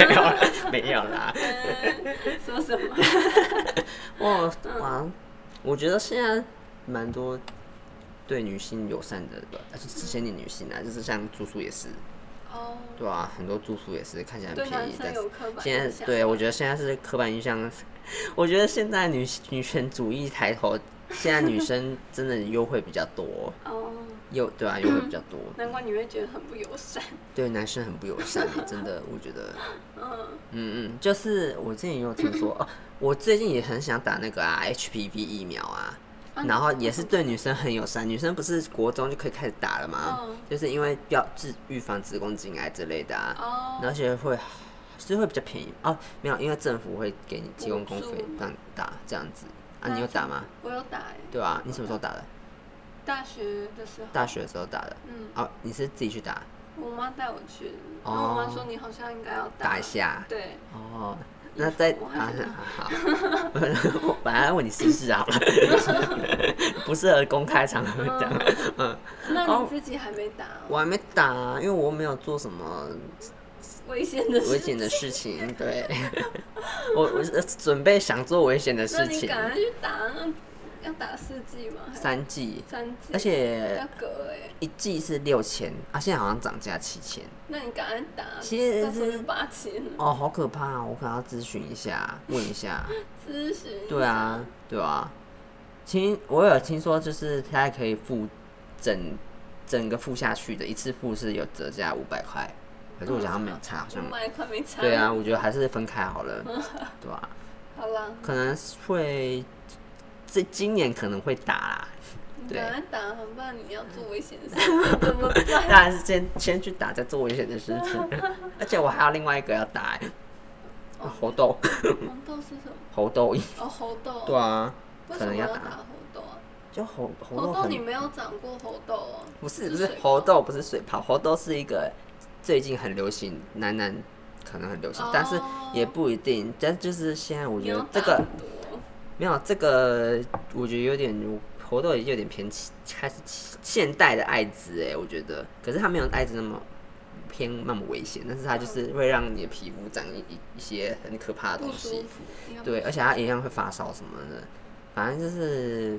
S1: 有啦， (laughs) 没有
S2: (laughs)
S1: 啦。
S2: 嗯，说
S1: (laughs)
S2: 什么？
S1: 哇
S2: 嗯
S1: 哇！我觉得现在蛮多对女性友善的，吧，呃而且只限定女性啊，就是像住宿也是，
S2: 哦，
S1: 对啊，很多住宿也是看起来很
S2: 对
S1: 便
S2: 男
S1: 宜，
S2: 生
S1: 但
S2: 有
S1: 是
S2: 刻板
S1: 现
S2: 印
S1: 在
S2: 象。
S1: 对我觉得现在是刻板印象，我觉得现在女女权主义抬头，现在女生真的优惠比较多，
S2: 哦，
S1: 优对啊，优惠比较
S2: (clears throat)
S1: 多，
S2: 难怪你会觉得很不友善。
S1: 对男生很不友善，真的，我觉得。
S2: 嗯，
S1: 嗯嗯，就是我之前也有听说，哦，我最近也很想打那个啊 HPV 疫苗啊，
S2: 啊
S1: 然后也是对女生很友善，女生不是国中就可以开始打了吗？
S2: 嗯
S1: 就是因为要治预防子宫颈癌之类的啊，
S2: 哦，
S1: 而且会是会比较便宜哦，没有，因为政府会给你提供公
S2: 补
S1: 费
S2: 助
S1: 让你打这样子啊，
S2: 那
S1: 你有打吗？
S2: 我有打欸，
S1: 对啊，你什么时候打的？
S2: 大学的时候，
S1: 大学的时候打的。
S2: 嗯，
S1: 哦，你是自己去打
S2: 我妈带我去，
S1: 哦
S2: 然后我妈说你好像应该要
S1: 打一下？
S2: 对，
S1: 哦，那在
S2: 服
S1: 啊，好，我本来要问你试试好了， (laughs) 不适合公开场合讲。
S2: 那
S1: 哦
S2: 你自己还没打哦
S1: 我还没打、啊因为我没有做什么
S2: 危险的
S1: 危
S2: 事，
S1: 险的事情。对，我我是呃准备想做危险的
S2: 那
S1: 事
S2: 你
S1: 情，
S2: 赶快去打，那要打四剂吗？还是
S1: 三剂，
S2: 三剂，
S1: 而且
S2: 要隔哎，
S1: 一剂是六千啊，现在好像涨价七千。
S2: 那你赶快打，
S1: 其实
S2: 到时候
S1: 是
S2: 就八千了，
S1: 哦，好可怕、哦！我可能要咨询一下，问一下。
S2: 咨询一
S1: 对啊
S2: 下，，
S1: 对啊。听我有听说，就是它还可以付整整个付下去的，一次付是有折价五百块，可是我想像没有差，好像
S2: 五百块没差，
S1: 对啊，，我觉得还是分开好了，对啊？
S2: 好啦，
S1: 可能会这今年可能会打啦，
S2: 你
S1: 对
S2: 赶快打，不然你要做
S1: (laughs)
S2: 危险的事，怎么办？
S1: 当然是先先去打，再做危险的事情， (laughs) 而且我还有另外一个要打、欸，啊猴痘，
S2: 红豆是什么？
S1: 猴痘，
S2: 哦，猴豆。
S1: 对啊，
S2: 为
S1: 可
S2: 什
S1: 能
S2: 么要
S1: 打，
S2: 猴豆啊？
S1: 就猴猴
S2: 猴
S1: 痘
S2: 豆
S1: 很
S2: 你没有长过猴豆哦？
S1: 不是
S2: 是
S1: 不是
S2: 水泡
S1: 猴痘，不是水泡，猴痘是一个最近很流行，男男可能很流行，但是也不一定。但就是现在我
S2: 哦你
S1: 觉
S2: 要
S1: 得这
S2: 打
S1: 个
S2: 很多
S1: 没有这个，我觉得有点猴痘也有点偏起开始起现代的艾滋哎，我觉得，可是它没有艾滋那么偏那么危险，但是它就是会让你的皮肤长一一一些很可怕的
S2: 嗯不
S1: 东
S2: 舒
S1: 西。
S2: 服，应该不
S1: 对，而且它一样会发烧什么的，反正就是，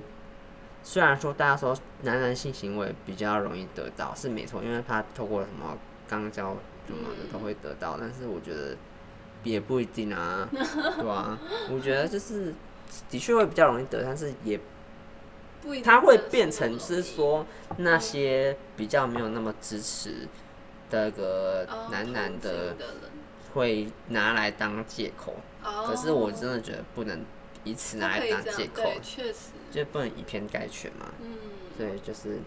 S1: 虽然说大家说男男性行为比较容易得到是没错，因为他透过什么肛交什么的都会得到，但是我觉得也不一定
S2: (laughs)
S1: 啊，对啊，我觉得就是的确会比较容易得，但是也
S2: 不一定
S1: 它会
S2: 真的
S1: 变
S2: 那
S1: 成
S2: 么嗯
S1: 是
S2: 容易
S1: 说那些比较没有那么支持的个
S2: 哦
S1: 男男
S2: 同
S1: 的
S2: 性的人，
S1: 会拿来当借口，
S2: 哦、
S1: 可是我真的觉得不能以此拿
S2: 不可
S1: 来
S2: 以
S1: 当
S2: 这样
S1: 借口
S2: 对，，确实，
S1: 就不能以偏概全嘛。
S2: 嗯，
S1: 所以就是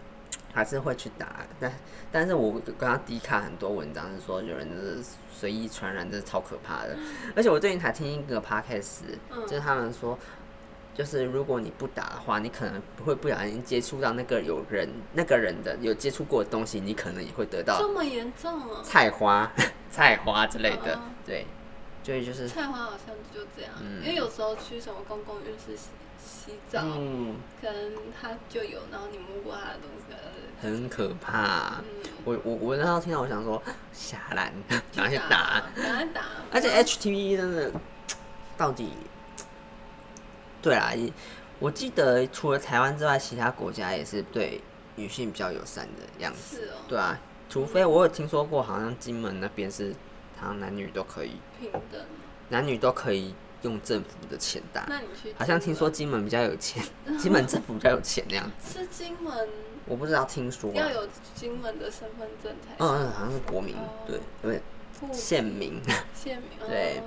S1: 还是会去打，但但是我刚刚低卡很多文章是说有人就是随意传染，真的超可怕的。而且我最近还听一个 podcast，、
S2: 嗯
S1: 就是他们说，就是如果你不打的话，你可能会不小心接触到那个有人那个人的有接触过的东西，你可能也会得到
S2: 这么严重啊！
S1: 菜花、 (laughs) 菜花之类的
S2: 嗯嗯。
S1: 对，所以就是
S2: 菜花好像就这样，
S1: 嗯
S2: 因为有时候去什么公共浴室洗洗澡，
S1: 嗯，
S2: 可能他就有，然后你摸过他的东西，呃
S1: 很可怕。
S2: 嗯，
S1: 我我我那时候听到，我想说，下兰，
S2: (laughs)
S1: 赶快去
S2: 去
S1: 打。，
S2: 赶快打，嗯
S1: 而且 HTV 真的到底，对啦，也我记得除了台湾之外，其他国家也是对女性比较友善的样子。
S2: 是哦，
S1: 对啊，除非我有听说过，好像金门那边是好像男女都可以，
S2: 平等。
S1: 男女都可以用政府的钱打。
S2: 那你去，
S1: 好像听说金门比较有
S2: (laughs)
S1: 钱，金门政府比较有钱那样，
S2: 是金门
S1: 我不知道听说、
S2: 要
S1: 啊。
S2: 有金门的身份证才
S1: 嗯嗯，好像是国民
S2: 哦，
S1: 对，对，
S2: 不
S1: 县
S2: (laughs)
S1: 民，
S2: 县民，
S1: 对
S2: 哦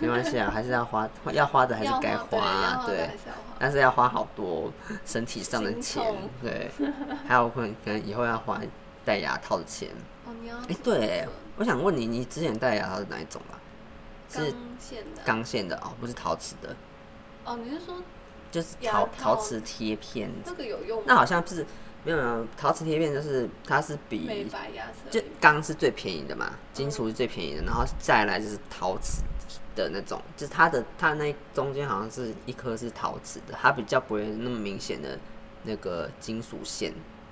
S1: 没关系啊，还是要花，要花的还是
S2: 要
S1: 该
S2: 对，要
S1: 花，啊
S2: 花的
S1: 对
S2: 还。是要花。
S1: 但是要花好多身体上的
S2: 心
S1: 钱
S2: 痛，
S1: 对，还有可能可能以后要花戴牙套的钱。
S2: 哦，你要
S1: 哎、对，我想问你，你之前戴牙套是哪一种啊？是
S2: 钢线的啊，
S1: 钢线的哦，不是陶瓷的，
S2: 哦，你是说
S1: 就是
S2: 牙
S1: 陶
S2: 套
S1: 陶瓷贴片。
S2: 那个有用
S1: 那
S2: 吗？
S1: 好像不是没有没有陶瓷贴片，就是它是
S2: 美
S1: 比
S2: 白牙齿
S1: 就
S2: 而已
S1: 钢是最便宜的嘛，金属是最便宜的，然后再来就是陶瓷的那种，就是它的它那中间好像是一颗是陶瓷的，它比较不会那么明显的那个金属线。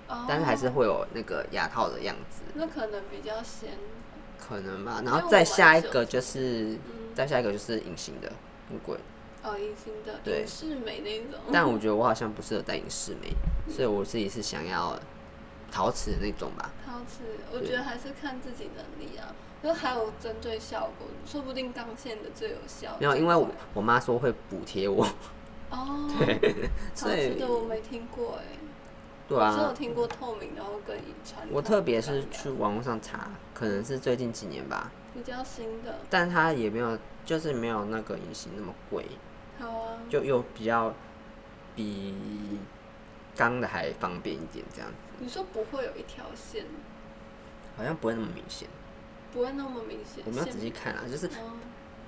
S2: 哦
S1: 但是还是会有那个牙套的样子，
S2: 那可能比较咸，
S1: 可能吧。然后
S2: 为我
S1: 再
S2: 玩
S1: 下一
S2: 久
S1: 个就是，
S2: 嗯，
S1: 再下一个就是隐形的，很贵。
S2: 哦，隐形的，
S1: 对
S2: 隐适美那种，
S1: 但我觉得我好像不适合戴隐适美，所以我自己是想要陶瓷的那种吧。
S2: (laughs) 陶瓷，我
S1: 对
S2: 觉得还是看自己能力啊，就还有针对效果，说不定钢线的最有效。
S1: 没有，因为我我妈说会补贴我，
S2: 哦，陶
S1: 所以
S2: 瓷的我没听过哎，
S1: 对
S2: 我只有
S1: 啊。
S2: 听过透明，然后跟传统
S1: 我特别是
S2: 版的
S1: 去网络上查，可能是最近几年吧，
S2: 比较新的，
S1: 但它也没有，就是没有那个隐形那么贵，
S2: 好啊，
S1: 就又比较比钢的还方便一点，这样子
S2: 你说不会有一条线，
S1: 好像不会那么明显。
S2: 不会那么明显，
S1: 我们要
S2: 线
S1: 仔细看啊，就是
S2: 哦，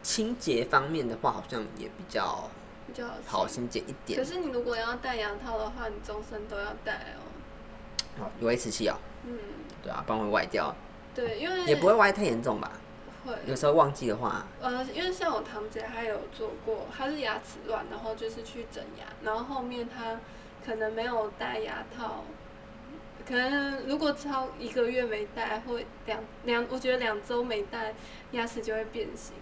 S1: 清洁方面的话，好像也比较
S2: 比较
S1: 好清洁一
S2: 可
S1: 点。
S2: 是你如果要戴牙套的话，你终身都要戴哦。
S1: 哦，维持器哦，
S2: 嗯，
S1: 对啊，不然会歪掉，
S2: 对，因为
S1: 也不会歪太严重吧？
S2: 会
S1: 有时候忘记的话，
S2: 呃，因为像我堂姐她有做过，她是牙齿乱，然后就是去整牙，然后后面她可能没有戴牙套，可能如果超一个月没戴或两两，我觉得两周没戴，牙齿就会变形，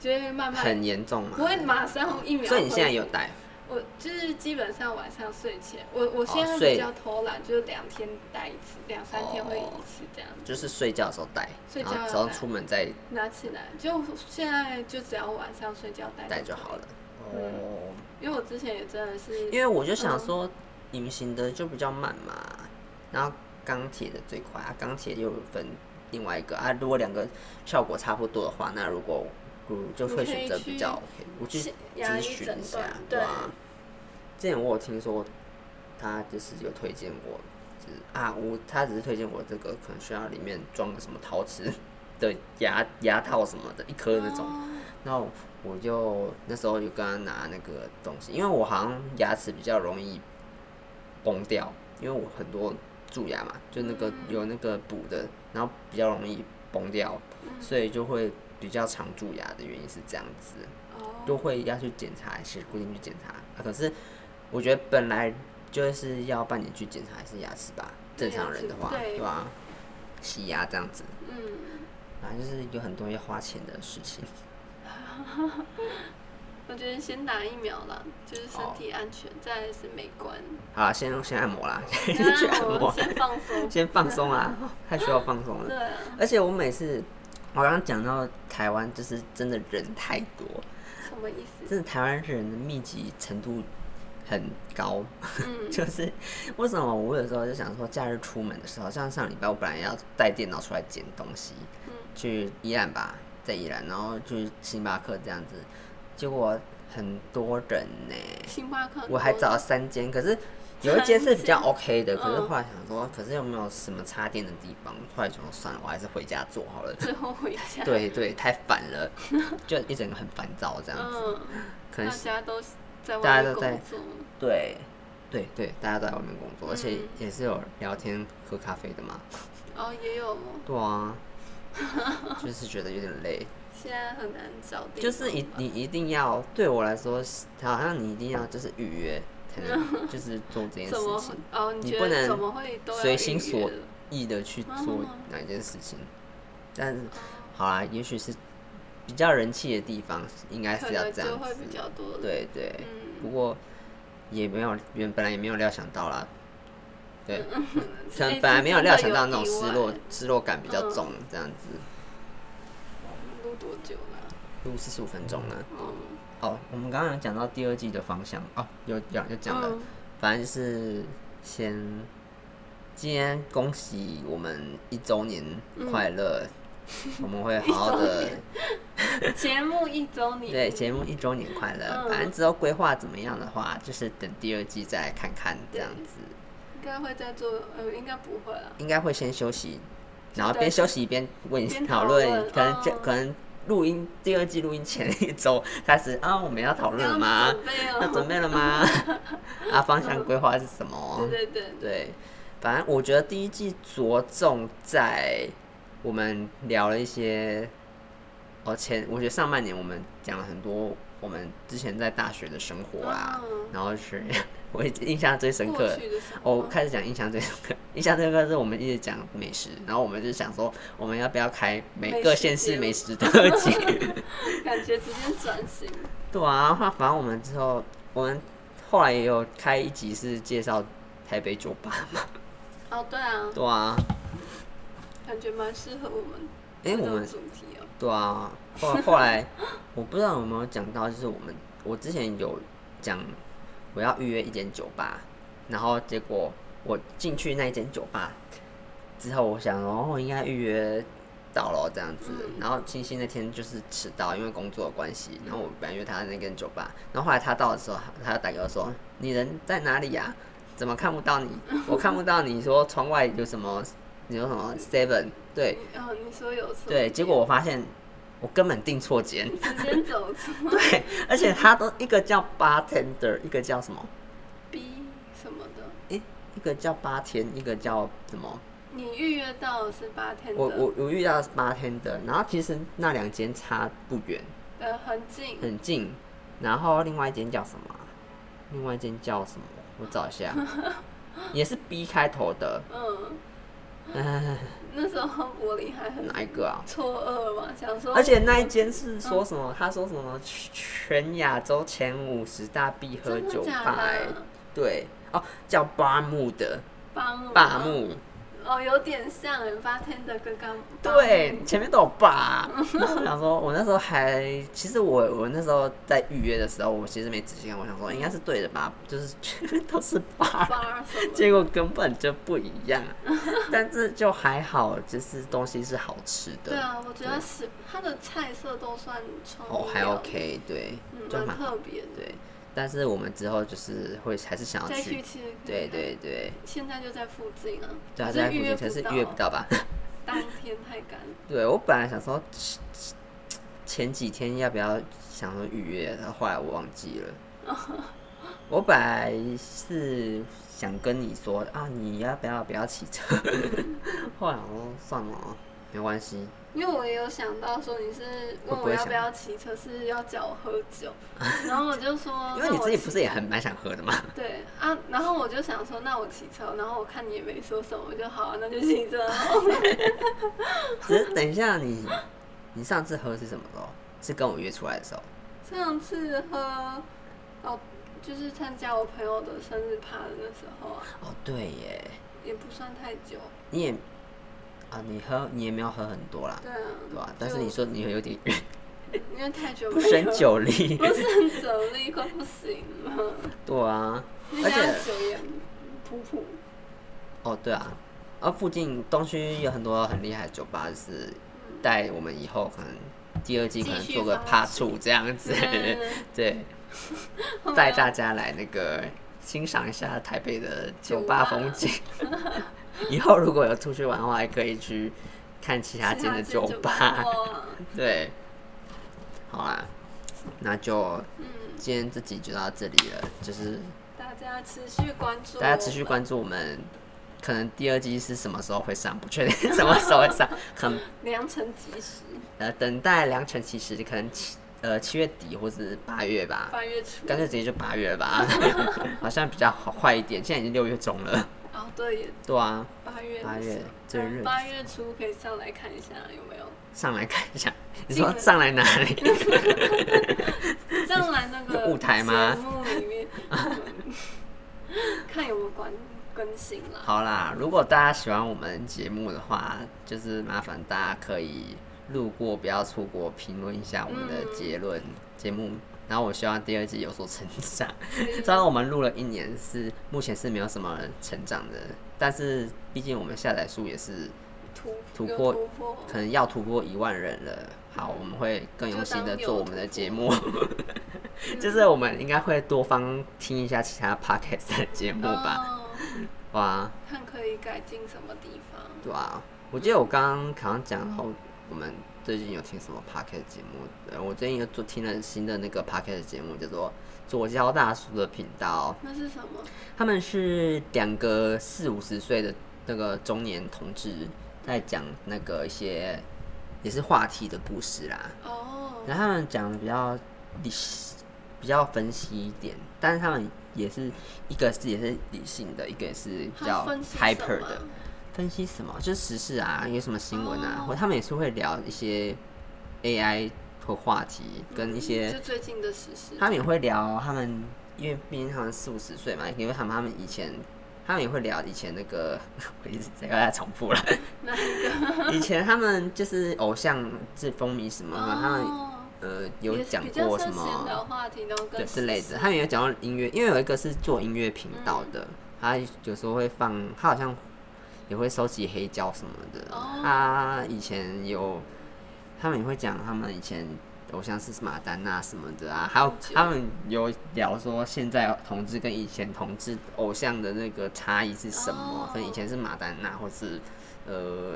S2: 就会慢慢
S1: 很严重嘛。
S2: 不会马上一秒。
S1: 所以你现在有？戴，
S2: 我就是基本上晚上睡前，我我现在
S1: 哦睡
S2: 比较偷懒，就是两天戴一次，两三天会
S1: 哦
S2: 一次这样子。
S1: 就是睡觉的时候戴，
S2: 睡
S1: 然
S2: 觉
S1: 后
S2: 要戴
S1: 早上出门再
S2: 拿起来，就现在就只要晚上睡觉戴
S1: 戴就好
S2: 了。
S1: 了。
S2: 嗯
S1: 哦，
S2: 因为我之前也真的是，
S1: 因为我就想说，隐形的就比较慢嘛，然后钢铁的最快啊，钢铁又有分另外一个啊。如果两个效果差不多的话，那如果嗯就会选择比较 OK，我去
S2: 是牙
S1: 咨
S2: 医
S1: 询一
S2: 诊
S1: 下
S2: 断，对
S1: 啊。之前我有听说，他就是有推荐我，就是啊，我他只是推荐我这个可能需要里面装个什么陶瓷的牙牙套什么的，一颗那种。
S2: 哦
S1: 然后我就那时候就跟他拿那个东西，因为我好像牙齿比较容易崩掉，因为我很多蛀牙嘛，就那
S2: 嗯
S1: 个有那个补的，然后比较容易崩掉，
S2: 嗯
S1: 所以就会比较常蛀牙的原因是这样子，
S2: 哦，
S1: 就会要去检查，是固定去检查、啊。可是我觉得本来就是要半年去检查一次牙齿吧，正常人的话，
S2: 对
S1: 对吧、洗牙这样子，
S2: 嗯，
S1: 反正就是有很多要花钱的事情。
S2: 我觉得先打疫苗啦，就是身体
S1: 哦
S2: 安全，再来是美
S1: (laughs)
S2: 观，
S1: 好啦，先先按
S2: (laughs)
S1: 摩啦，先
S2: 然
S1: 去按
S2: 后
S1: 摩，
S2: 先放
S1: (laughs)
S2: 松。
S1: 先放松啦，太需要放松了。
S2: 对啊，
S1: 而且我每次，我刚刚讲到台湾，就是真的人太多， (laughs)
S2: 什么意思？
S1: 真的台湾人的密集程度很高， (laughs)
S2: 嗯，
S1: 就是为什么我有时候就想说，假日出门的时候，像上礼拜我本来要带电脑出来捡东西，
S2: 嗯
S1: 去宜兰吧，在宜兰，然后去星巴克这样子，结果很多人呢、
S2: 星巴克很多的，
S1: 我还找了三间，可是有一间是比较
S2: 三间
S1: OK 的，可是
S2: 嗯
S1: 后来想说，可是有没有什么插电的地方？后来想说算了，我还是回家做好
S2: (laughs)
S1: 了。
S2: 最后回
S1: (laughs)
S2: 家，，
S1: 对对，太烦了，就一整个很烦躁这样子。
S2: 嗯，
S1: 可
S2: 大
S1: 能是
S2: 家都在
S1: 大
S2: 外
S1: 家
S2: 面
S1: 都在
S2: 工作，
S1: 对对对，大家都在外面工作，而且
S2: 嗯
S1: 也是有聊天喝咖啡的嘛。
S2: 哦，也有，
S1: 对
S2: (laughs)
S1: 啊，就是觉得有点累，
S2: 现在很难找地方吧，
S1: 就是一你一定要对我来说，好像你一定要就是预约才
S2: (laughs)
S1: 能就是做这件
S2: 怎
S1: 事
S2: 么
S1: 情
S2: 会。哦？你
S1: 你
S2: 觉
S1: 不
S2: 得
S1: 能
S2: 怎么会都要
S1: 随心
S2: 预约
S1: 所
S2: 了
S1: 意的去
S2: 嗯
S1: 做哪一件事情。但是
S2: 哦
S1: 好啦，也许是比较人气的地方，应该
S2: 可
S1: 是要
S2: 能
S1: 这
S2: 就
S1: 样
S2: 会
S1: 子
S2: 比。较多。，
S1: 对对，不
S2: 嗯，
S1: 过也没有原本来也没有料想到啦，对，可
S2: 哎
S1: 能本来没
S2: 真的
S1: 料想到那种
S2: 意
S1: 失
S2: 外
S1: 落失落感比较
S2: 嗯
S1: 重，这样子
S2: 录多久了？
S1: 录四十五分钟了。 (laughs)
S2: 嗯，
S1: 哦，我们刚刚有讲到第二季的方向哦，有讲有
S2: 嗯
S1: 讲了，反正就是先，今天恭喜我们一周年快乐，我们会好
S2: (laughs)
S1: 好的
S2: 嗯。节目一周
S1: (laughs)
S2: 年，
S1: 对节目一周年快乐。
S2: 嗯
S1: 反正之后规划怎么样的话，就是等第二季再来看看这样子，
S2: 应该会在做，呃，应该不会了。
S1: 应该会先休息，然后
S2: 对
S1: 边休息边问
S2: 边
S1: 讨
S2: 讨
S1: 论，
S2: 论
S1: 可能就
S2: 嗯
S1: 可能录音第二季录音前一周开始啊，我们要 (laughs) 讨论了吗
S2: 要？准备
S1: 要准
S2: (laughs) 哦。
S1: 备了吗？啊，方向规划是什么？
S2: 对对对，
S1: 对，反正我觉得第一季着重在我们聊了一些，哦前我觉得上半年我们讲了很多我们之前在大学的生活啦，
S2: 嗯
S1: 然后是 (laughs) 我印象最深刻
S2: 过。去的嗯时
S1: 哦，
S2: 候
S1: 我开始讲印象最深刻，印象最深刻是我们一直讲美食，然后我们就想说，我们要不要开每
S2: 美
S1: 个
S2: 食
S1: 县市
S2: 节
S1: 美
S2: 目
S1: 食特辑？ (laughs)
S2: 感觉直接转型，
S1: 对啊，那反正我们之后，我们后来也有开一集是介绍台北酒吧嘛。
S2: 哦，对啊，
S1: 对啊，
S2: 感觉蛮适合我们
S1: 哎、
S2: 这
S1: 我
S2: 种
S1: 们
S2: 主题哦，
S1: 对啊，后后来我不知道有没有讲到，就是我们我之前有讲我要预约一间酒吧，然后结果我进去那一间酒吧之后，我想哦应该预约到了这样子，
S2: 嗯
S1: 然后清新那天就是迟到，因为工作的关系，然后我本来约他那间酒吧，然后后来他到的时候，他就打给我说你人在哪里呀、怎么看不到你？我看不到你说窗外有什么？你说什么 Seven？对，
S2: 你哦，你说有什么？
S1: 对，结果我发现我根本订错间， (laughs)
S2: 直接走出 (laughs)
S1: 对，而且他都一个叫 bartender，一个叫什么？
S2: B 什么的。
S1: 诶、一个叫八天，一个叫什么？
S2: 你预约到的是八天的，
S1: 我我我遇到的是 bartender，然后其实那两间差不远，
S2: 呃很近，
S1: 很近。然后另外一间叫什么啊？另外一间叫什么？我找一
S2: (laughs)
S1: 下，也是 B 开头的，
S2: 嗯，
S1: 嗯、
S2: 那时候柏林还很
S1: 哪一个啊？
S2: 错愕嘛，想说，
S1: 而且那一间是说什么？他说什么全亚洲前五十大必喝
S2: 真
S1: 酒
S2: 的假
S1: 吧、欸
S2: 的？
S1: 对，哦，叫巴木的
S2: 巴木
S1: 巴木，
S2: 哦，有点像欸八天的跟刚
S1: 对，前面都有巴。然后我想说，我那时候还，其实我我那时候在预约的时候，我其实没仔细看，我想说应该是对的吧，就是都是巴，
S2: (laughs) 八什么的，
S1: 结果根本就不一样。啊但是就还好，就是东西是好吃的，
S2: 对啊，我觉得是它的菜色都算创意
S1: 哦，还
S2: 料
S1: OK，对，
S2: 嗯，
S1: 就
S2: 蛮
S1: 蛮
S2: 特别的。
S1: 对。但是我们之后就是会还是想要
S2: 再去
S1: 去，
S2: 其实可以
S1: 对，对对，
S2: 现在就在附近啊，
S1: 对啊，
S2: 可
S1: 在
S2: 是
S1: 附近，可是预约不，到吧？
S2: 当天太赶，
S1: 对我本来想说前前几天要不要想说预约，然后后来我忘记了。
S2: (laughs)
S1: 我本来是想跟你说啊，你要不要不要骑
S2: (laughs)
S1: 车？后来我说算了哦，没关系。
S2: 因为我也有想到说你是
S1: 会
S2: 问
S1: 不
S2: 我
S1: 会
S2: 要不
S1: 想
S2: 要骑车，是要叫我喝
S1: (laughs)
S2: 酒，然后我就说，
S1: 因为你
S2: 哦那我
S1: 自己
S2: 骑
S1: 不是也很蛮想喝
S2: (laughs)
S1: 的嘛，
S2: 对啊，然后我就想说，那我骑车，然后我看你也没说什么，我就好、啊，那就骑车。
S1: 只是等一下你你上次喝是什么时候？是跟我约出来的时候。
S2: 上次喝哦，就是参加我朋友的生日趴的那时候啊，
S1: 哦，对耶，
S2: 也不算太久，
S1: 你也啊，你喝你也没有喝很多啦，
S2: 对啊，
S1: 对吧、但是
S2: 就 (laughs)
S1: 你说你有点晕，
S2: 因为太久
S1: 不
S2: (laughs) 没有，
S1: 胜酒力
S2: 不。是很久力，快不行了。
S1: 对啊，
S2: 那
S1: 而且
S2: 家酒也普普，
S1: 哦对啊，而附近东区有很多很厉害的酒吧，就是带我们以后可能第二季可能
S2: 继续
S1: 做个
S2: 发
S1: part
S2: 展嗯
S1: two 这样子，
S2: 对
S1: (laughs)
S2: 啊
S1: 对，
S2: 我
S1: (laughs)
S2: 们
S1: 带
S2: 要
S1: 大家来那个欣赏一下台北的酒吧风景。 (laughs) 以后如果有出去玩的话，还可以去看其他间的
S2: 其他
S1: 酒
S2: 间酒
S1: 吧。
S2: 哇
S1: 对，好啦，那就
S2: 嗯，
S1: 今天这集就到这里了，就是
S2: 大家持续关注，
S1: 大家持续，关注我们。可能第二季是什么时候会上，不确定什么时候会上，很
S2: 良辰吉时，
S1: 呃等待良辰其时，可能七呃七月底或是八月吧，
S2: 八月初。
S1: 干脆直接就八月吧， (laughs) 好像比较好快一点。现在已经六月中了，
S2: 哦，对，也
S1: 对啊，
S2: 八月
S1: 八月最热
S2: 八月初可以上来看一下有没
S1: (laughs)
S2: 有，
S1: 上来看一下。你
S2: 进
S1: 说
S2: 门
S1: 上来哪里？ (laughs)
S2: 上来那个
S1: 有舞台吗
S2: 节目里面嗯 (laughs) 看有没有关更新
S1: (laughs)
S2: 啦。
S1: 好啦，如果大家喜欢我们节目的话，就是麻烦大家可以路过不要出国，评论一下我们的结论节目。然后我希望第二季有所成长。虽然我们录了一年是目前是没有什么成长的，但是毕竟我们下载数也是
S2: 突
S1: 突
S2: 有
S1: 破
S2: 突破，
S1: 可能要突破一万人了。好，我们会更用心的做我们的节目，就是我们应该会多方听一下其他 podcast 的节目吧。
S2: 哦
S1: 哇，
S2: 看可以改进什么地方。
S1: 对啊，我记得我刚刚好像讲到我们最近有听什么 podcast 节目，呃，我最近又做听了新的那个 podcast 节目，叫做左交大叔的频道。
S2: 那是什么？
S1: 他们是两个四五十岁的那个中年同志在讲那个一些也是话题的故事啦。
S2: 哦，
S1: 然后他们讲的比较理比较分析一点，但是他们也是一个是也是理性的，一个也是比
S2: 它
S1: 较
S2: 分析什
S1: hyper
S2: 么
S1: 的。分析什么？就是时事啊，有什么新闻啊，
S2: 哦
S1: 或他们也是会聊一些 AI 和话题，跟一些、
S2: 嗯就最近的时事。
S1: 他们也会聊他们，因为毕竟他们四五十岁嘛，因为他们他们以前，他们也会聊以前那个， (laughs) 我一直在在重复了。
S2: 哪一个？
S1: 以前他们就是偶像是风靡什么，他们
S2: 哦
S1: 呃有
S2: 也是
S1: 讲
S2: 比较
S1: 过什
S2: 像闲聊
S1: 么
S2: 话题，然后
S1: 对
S2: 跟
S1: 之类
S2: 时
S1: 的，
S2: 事嗯
S1: 他们有讲到音乐，因为有一个是做音乐频道的，他有时候会放，他好像也会收集黑胶什么的。
S2: 哦
S1: 他以前有，他们也会讲他们以前偶像是马丹娜什么的啊，还有
S2: 解
S1: 他们有聊说现在同志跟以前同志偶像的那个差异是什么，
S2: 哦
S1: 跟以前是马丹娜或是呃。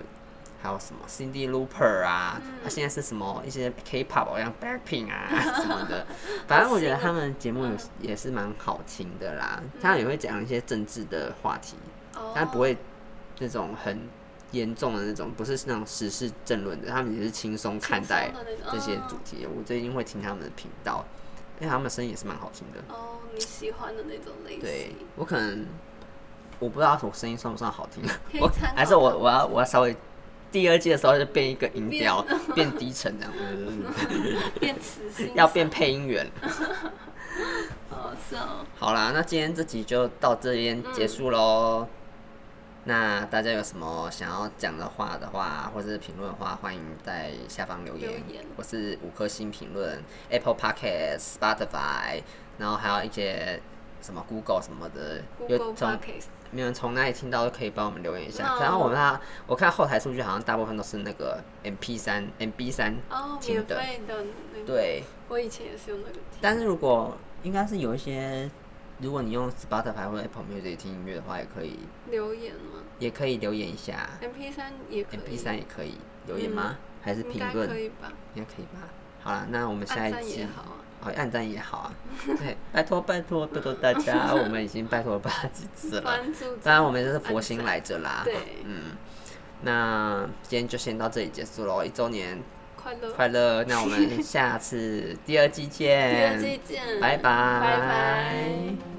S1: 还有什么 Cindy Looper 啊，
S2: 嗯
S1: 他、现在是什么一些 K-pop 偶像 Blackpink
S2: (laughs)
S1: 啊什么的，反正我觉得他们节目有也是蛮好听的啦，他们也会讲一些政治的话题，
S2: 嗯哦
S1: 但不会那种很严重的那种，不是那种时事政论的，他们也是轻松看待
S2: 轻松的那种
S1: 这些主题。
S2: 哦
S1: 我最近会听他们的频道，因为他们声音也是蛮好听的。
S2: 哦，你喜欢的那种类型。
S1: 对我可能我不知道我声音算不算好听
S2: 可，以
S1: 我
S2: 参考
S1: 还是我我要我要稍微第二季的时候就变一个音调，变低沉
S2: (laughs)
S1: 这样，嗯
S2: 变磁
S1: (laughs)
S2: 性
S1: 要变配音员。
S2: 嗯哦，是哦，
S1: 好啦，那今天这集就到这边结束
S2: 嗯
S1: 喽。那大家有什么想要讲的话的话，或是评论的话，欢迎在下方留言，
S2: 留言
S1: 或是五颗星评论，Apple Podcast、Spotify，然后还有一些什么 Google 什么的，
S2: Google
S1: 有
S2: p o
S1: 从
S2: d c a s
S1: 你们从哪里听到都可以帮我们留言一下。
S2: 嗯
S1: 然后我们那我看后台数据好像大部分都是那个 MP 三、MB 三
S2: 哦，
S1: 听
S2: 免
S1: 的，
S2: 费的那个，
S1: 对。
S2: 我以前也是用那个听。
S1: 但是如果应该是有一些，如果你用 Spotify 或 Apple Music 听音乐的话，也可以，
S2: 留言吗
S1: 也可以留言一下
S2: ？MP 三也可以嗯
S1: ，MP 三也可以留言吗？还是
S2: 应
S1: 评
S2: 该
S1: 论
S2: 可？以吧？
S1: 应该可以吧。好了，那我们下
S2: 按
S1: 一
S2: 赞
S1: 集
S2: 也好啊，
S1: 哦，按赞也好
S2: (laughs)
S1: 啊。对，拜托拜托拜托大家，我们已经拜托了八几次了。
S2: 关注。
S1: 当然，我们就是佛心来着啦。
S2: 对，
S1: 嗯，那今天就先到这里结束喽，一周年
S2: 快乐，
S1: 快乐！ (laughs) 那我们下次第二季
S2: 第
S1: 见，
S2: 二季见，
S1: 拜拜，
S2: 拜拜。